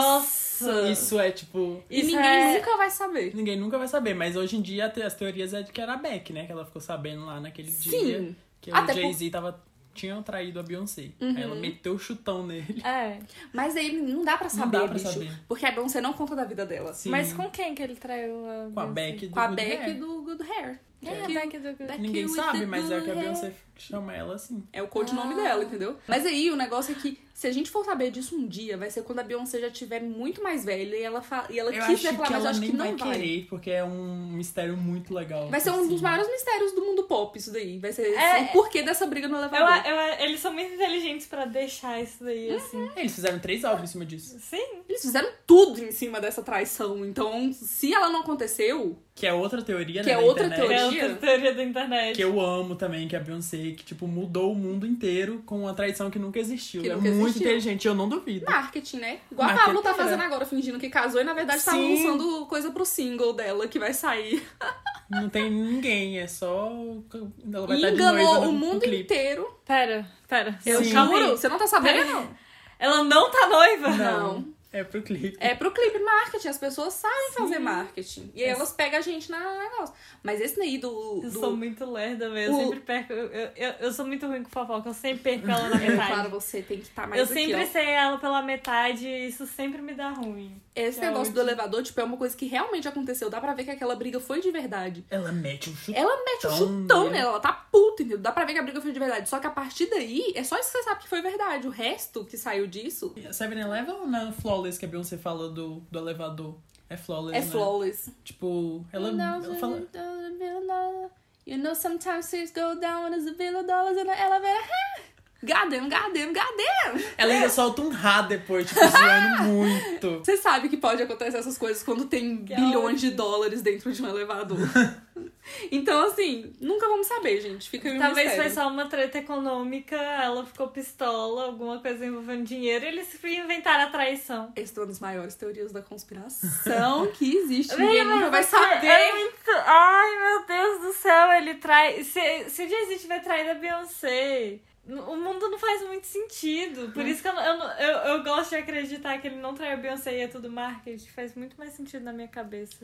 Nossa!
Isso é tipo.
E
Isso
ninguém
é-
nunca vai saber.
Ninguém nunca vai saber, mas hoje em dia te- as teorias é de que era a Beck, né? Que ela ficou sabendo lá naquele dia
Sim.
que
Até Uhum.
o Jay-Z tava, tinha traído a Beyoncé. Aí ela meteu o chutão nele. (laughs)
É.
Mas aí não dá pra saber,
dá pra
bicho.
saber.
Porque a Beyoncé não conta da vida dela.
Sim.
Mas com quem que ele traiu a
assim, Com a
Beyoncé?
Beck do
Com a
Good
Beck
Hair.
do Good Hair.
É, a
Que-
Beck do Good.
Beck
Ninguém
with
sabe,
the
mas é o que a
Good Hair.
Beyoncé chama ela assim.
É o codinome
Ah.
dela, entendeu? Mas aí o negócio é que, se a gente for saber disso um dia, vai ser quando a Beyoncé já tiver muito mais velha e ela, fa- e ela
Eu
quiser
acho
falar, mas
que
eu
ela
acho
nem
que não
vai
vai.
querer, porque é um mistério muito legal.
Vai ser um
assim.
dos maiores mistérios do mundo pop, isso daí. Vai ser
É.
assim, o porquê dessa briga no
Eu,
elevador.
eu, eles são muito inteligentes pra deixar isso daí, assim.
é, Eles fizeram três álbuns em cima disso.
Sim.
Eles fizeram tudo em cima dessa traição. Então, se ela não aconteceu,
Que é outra teoria,
Que
né?
é
da
outra
internet,
Teoria?
É outra teoria da internet.
Que eu amo também, que é a Beyoncé, que, tipo, mudou o mundo inteiro com uma traição que nunca existiu.
Que
é
nunca
muito
existiu.
inteligente, eu não duvido.
marketing, né? Igual a
Marketing,
Pablo tá
é.
fazendo agora, fingindo que casou e na verdade tá
Sim.
lançando coisa pro single dela que vai sair.
Não tem ninguém, é só. Ela vai
E
estar de noiva
enganou
no-
o
no
mundo
clipe.
inteiro.
Pera, pera.
Eu
Sim.
Calma
juro.
aí.
Você não tá sabendo,
Pera.
não?
Ela não tá noiva?
Não.
Não.
É pro clipe.
É pro clipe marketing, as pessoas sabem fazer marketing. E aí elas pegam a gente na na negócio. Mas esse daí do. É
Eu
do...
sou muito lerda, velho. Eu
O-
sempre perco. Eu, eu, eu, eu sou muito ruim com fofoca. Eu sempre perco
(laughs)
ela na metade.
Claro, você tem que estar mais
eu
aqui,
sempre
ó.
sei ela pela metade e isso sempre me dá ruim.
Esse
que é
negócio do
onde-
elevador, tipo, é uma coisa que realmente aconteceu. Dá pra ver que aquela briga foi de verdade.
Ela mete um chute.
Ela mete um
Então,
chutão
né?
nela, ela tá puta, entendeu? Dá pra ver que a briga foi de verdade. Só que a partir daí, é só isso que você sabe que foi verdade. O resto que saiu disso
Seven Eleven ou não? Flawless, que a Beyoncé falou do, do elevador. É Flawless.
é
né?
flawless.
Tipo, ela, ela fala.
You know sometimes things go down as a billion dollars in an elevator. God damn, god damn, god damn.
Ela ainda solta um rá
(laughs)
depois, tipo, zoando muito.
Você sabe que pode acontecer essas coisas quando tem
Que é
bilhões
ódio.
de dólares dentro de um
(laughs)
elevador. então, assim, nunca vamos saber, gente. Fica aí um
Talvez foi
mistério.
só uma treta econômica, ela ficou pistola, alguma coisa envolvendo dinheiro, e eles inventaram a traição.
Essa é uma das maiores teorias da
(laughs)
conspiração que existe. Ninguém
Véi, mas
nunca vai
você
saber.
é muito- Ai, meu Deus do céu, ele trai. Se, se o Jay-Z tiver traído a Beyoncé, n- o mundo não faz muito sentido.
Hum.
Por isso que eu, não- eu, não- eu, eu gosto de acreditar que ele não traiu a Beyoncé e é tudo marketing. Faz muito mais sentido na minha cabeça.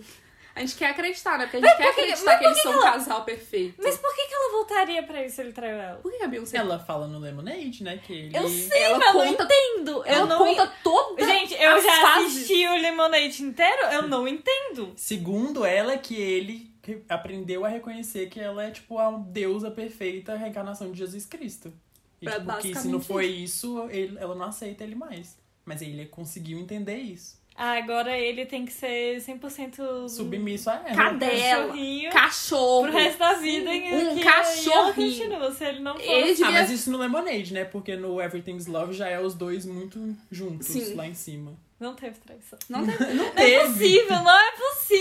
A gente quer acreditar, né? Porque a gente quer
por que-
acreditar
mas
que
por
eles
que
são um
ela-
casal perfeito.
Mas por que, que ela voltaria pra isso se ele traiu ela?
por que a Beyoncé... é
Ela fala no Lemonade, né? Que ele.
Eu sei,
Ela
mas eu
conta-
não entendo.
Ela
eu não
conta toda...
Gente, eu
as
já
fases.
assisti o Lemonade inteiro, eu não entendo.
Segundo ela, que ele re- aprendeu a reconhecer que ela é, tipo, a deusa perfeita, a reencarnação de Jesus Cristo. E,
É
tipo, que se
basicamente
não foi isso, ele- ela não aceita ele mais. Mas ele conseguiu entender isso.
Agora ele tem que ser
Uhum.
100%
Submisso a ela.
Cadela,
cachorrinho
cachorro.
pro resto da vida. e
Um
que- e
cachorrinho.
ela continua, se ele não for.
Ele
Ah,
devia
mas isso no Lemonade, né? Porque no Everything's Love já é os dois muito juntos
Sim.
lá em cima.
Não teve traição.
não ter
Não
Não é
teve!
possível, não é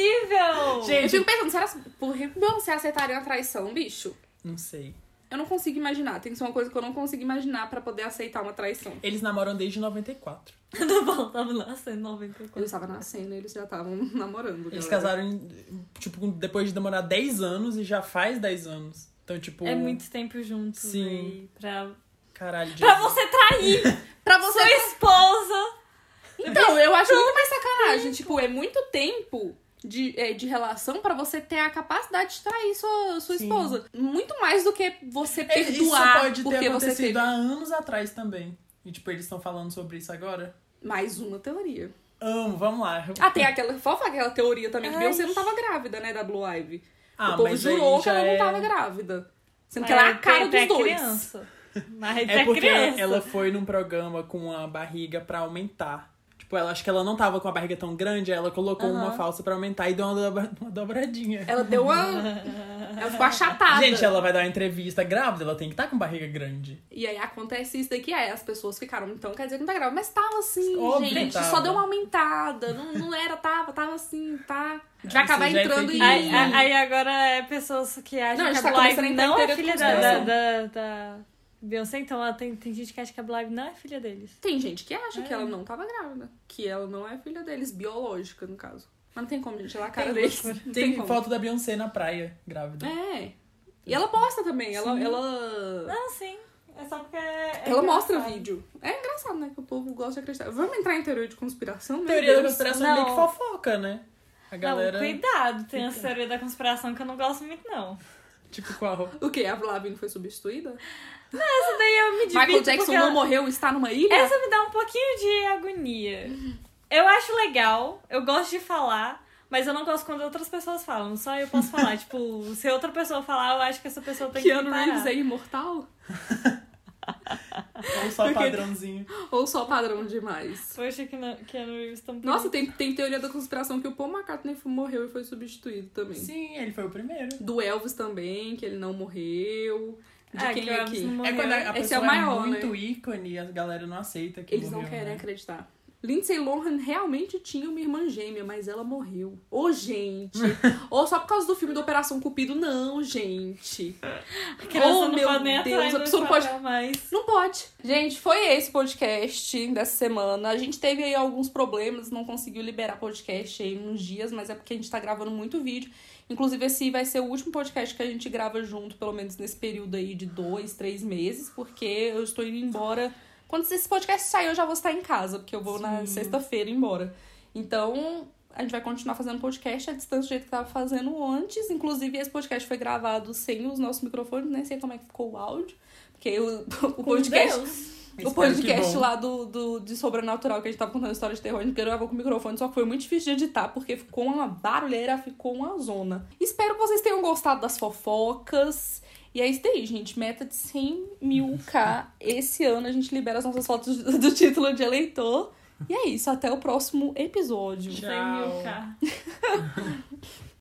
possível!
Eu fico pensando, será por que você aceitaria uma traição, bicho?
Não sei.
Eu não consigo imaginar. Tem que ser uma coisa que eu não consigo imaginar pra poder aceitar uma traição.
Eles namoram desde 94.
(laughs) Não voltava lá, sendo
Eu
94.
estava nascendo, eles já estavam (laughs) namorando.
Eles
galera.
casaram, em- tipo, depois de demorar 10 anos e já faz 10 anos. Então, tipo,
É muito tempo juntos,
Sim.
véi, Pra...
caralho.
pra
Jesus.
você trair
Pra você.
sua esposa.
Então, eu acho muito mais sacanagem. Tipo, é muito tempo de, é, de relação pra você ter a capacidade de trair sua, sua
Sim.
esposa. Muito mais do que você
É, Isso
perdoar
pode ter
porque você
acontecido
teve.
há anos atrás também. E, tipo, eles estão falando sobre isso agora.
Mais uma teoria.
Amo, vamos lá.
Ah, tem aquela. Fofa aquela teoria também que
Ai.
Beyoncé não tava grávida, né? Da Blue Ivy.
Ah,
o povo
mas
jurou
aí
que
já
ela
é...
não tava grávida. Sendo que ela é a cara dos dois.
Criança. Mas
É porque
criança.
ela foi num programa com a barriga pra aumentar. Tipo, ela acho que ela não tava com a barriga tão grande, aí ela colocou
Aham.
uma falsa pra aumentar e deu uma, dobra- (laughs) uma dobradinha.
Ela deu uma. Ela ficou achatada.
Gente, ela vai dar uma entrevista grávida, ela tem que estar com barriga grande.
E aí acontece isso daqui, aí as pessoas ficaram, então quer dizer que não tá grávida. Mas tava assim,
Óbvio que
gente,
tava.
só deu uma aumentada. Não, não era, tava, tava assim, tá. Vai acabar
já é
entrando
fake
em.
Aí,
news,
aí- aí agora é pessoas que acham
Não, a
que
gente tá
a Blue
começando a
Ivy
entrar
não
em
é
teoria
filha
da
da, da,
conspiração.
da, da Beyoncé, então ela tem, tem gente que acha que a Blue Ivy não é filha deles.
Tem gente que acha que
É.
ela não tava grávida. Que ela não é filha deles, biológica, no caso. Mas não tem como, gente. Ela é a cara
Tem
deles.
loucura.
Não
Tem
como.
foto da Beyoncé na praia, grávida.
É. E ela posta também. Ela.
Sim.
Ela,
Não, sim. É só porque. é
ela mostra
engraçado.
vídeo. É engraçado, né? Que o povo gosta de acreditar. Vamos entrar em teoria de conspiração? Meu
Teoria da
Deus.
conspiração é
Não.
meio que fofoca, né? A galera,
Não, cuidado, tem essa teoria da conspiração que eu não gosto muito, não.
tipo, qual?
(laughs) O quê? A Vlavin foi substituída?
Essa daí eu me divido
Michael Jackson
porque
não
ela-
morreu e está numa ilha?
Essa me dá um pouquinho de agonia. Eu acho legal, eu gosto de falar, mas eu não gosto quando outras pessoas falam, só eu posso
(laughs)
falar. tipo, se outra pessoa falar, eu acho que essa pessoa tem
Keanu
que
Reeves
parar.
é imortal?
Ou só padrãozinho.
Ou só padrão demais?
Poxa, que não, Keanu Reeves tá tão
Nossa, tem, tem teoria da conspiração que o Paul McCartney foi- morreu e foi substituído também.
Sim, ele foi o primeiro.
Do Elvis também, que ele não morreu. De
Ah,
quem
que o
é
Elvis
que?
não
É
morreu.
quando a, a
Esse
pessoa
é o maior,
muito ícone e a galera não aceita que
Eles não
morreu,
querem
né?
acreditar. Lindsay Lohan realmente tinha uma irmã gêmea, mas ela morreu. Ô,
(laughs)
gente! Ou só por causa do filme da Operação Cupido, não, gente.
A criança
Oh,
não
meu
pode nem
Deus,
atrás
a
do
pessoa não pode-
papel mais.
Não pode. Gente, foi esse podcast dessa semana. A gente teve aí alguns problemas, não conseguiu liberar podcast aí uns dias, mas é porque a gente tá gravando muito vídeo. Inclusive, esse vai ser o último podcast que a gente grava junto, pelo menos nesse período aí de dois, três meses, porque eu estou indo embora. Quando esse podcast sair, eu já vou estar em casa, porque eu vou na sexta-feira embora. Então, a gente vai continuar fazendo podcast à distância do jeito que tava fazendo antes. Inclusive, esse podcast foi gravado sem os nossos microfones, nem sei como é que ficou o áudio. Porque o, (laughs) o
Com
podcast
Deus.
o
Espero que
podcast
bom.
lá do, do de Sobrenatural, que a gente tava contando história de terror, a gente gravou com o microfone, só que foi muito difícil de editar, porque ficou uma barulheira, ficou uma zona. Espero que vocês tenham gostado das fofocas. E é isso aí, gente. Meta de 100 mil
(laughs)
K. Esse ano a gente libera as nossas fotos do do título de eleitor. E é isso, até o próximo episódio.
Tchau.
Sem mil K.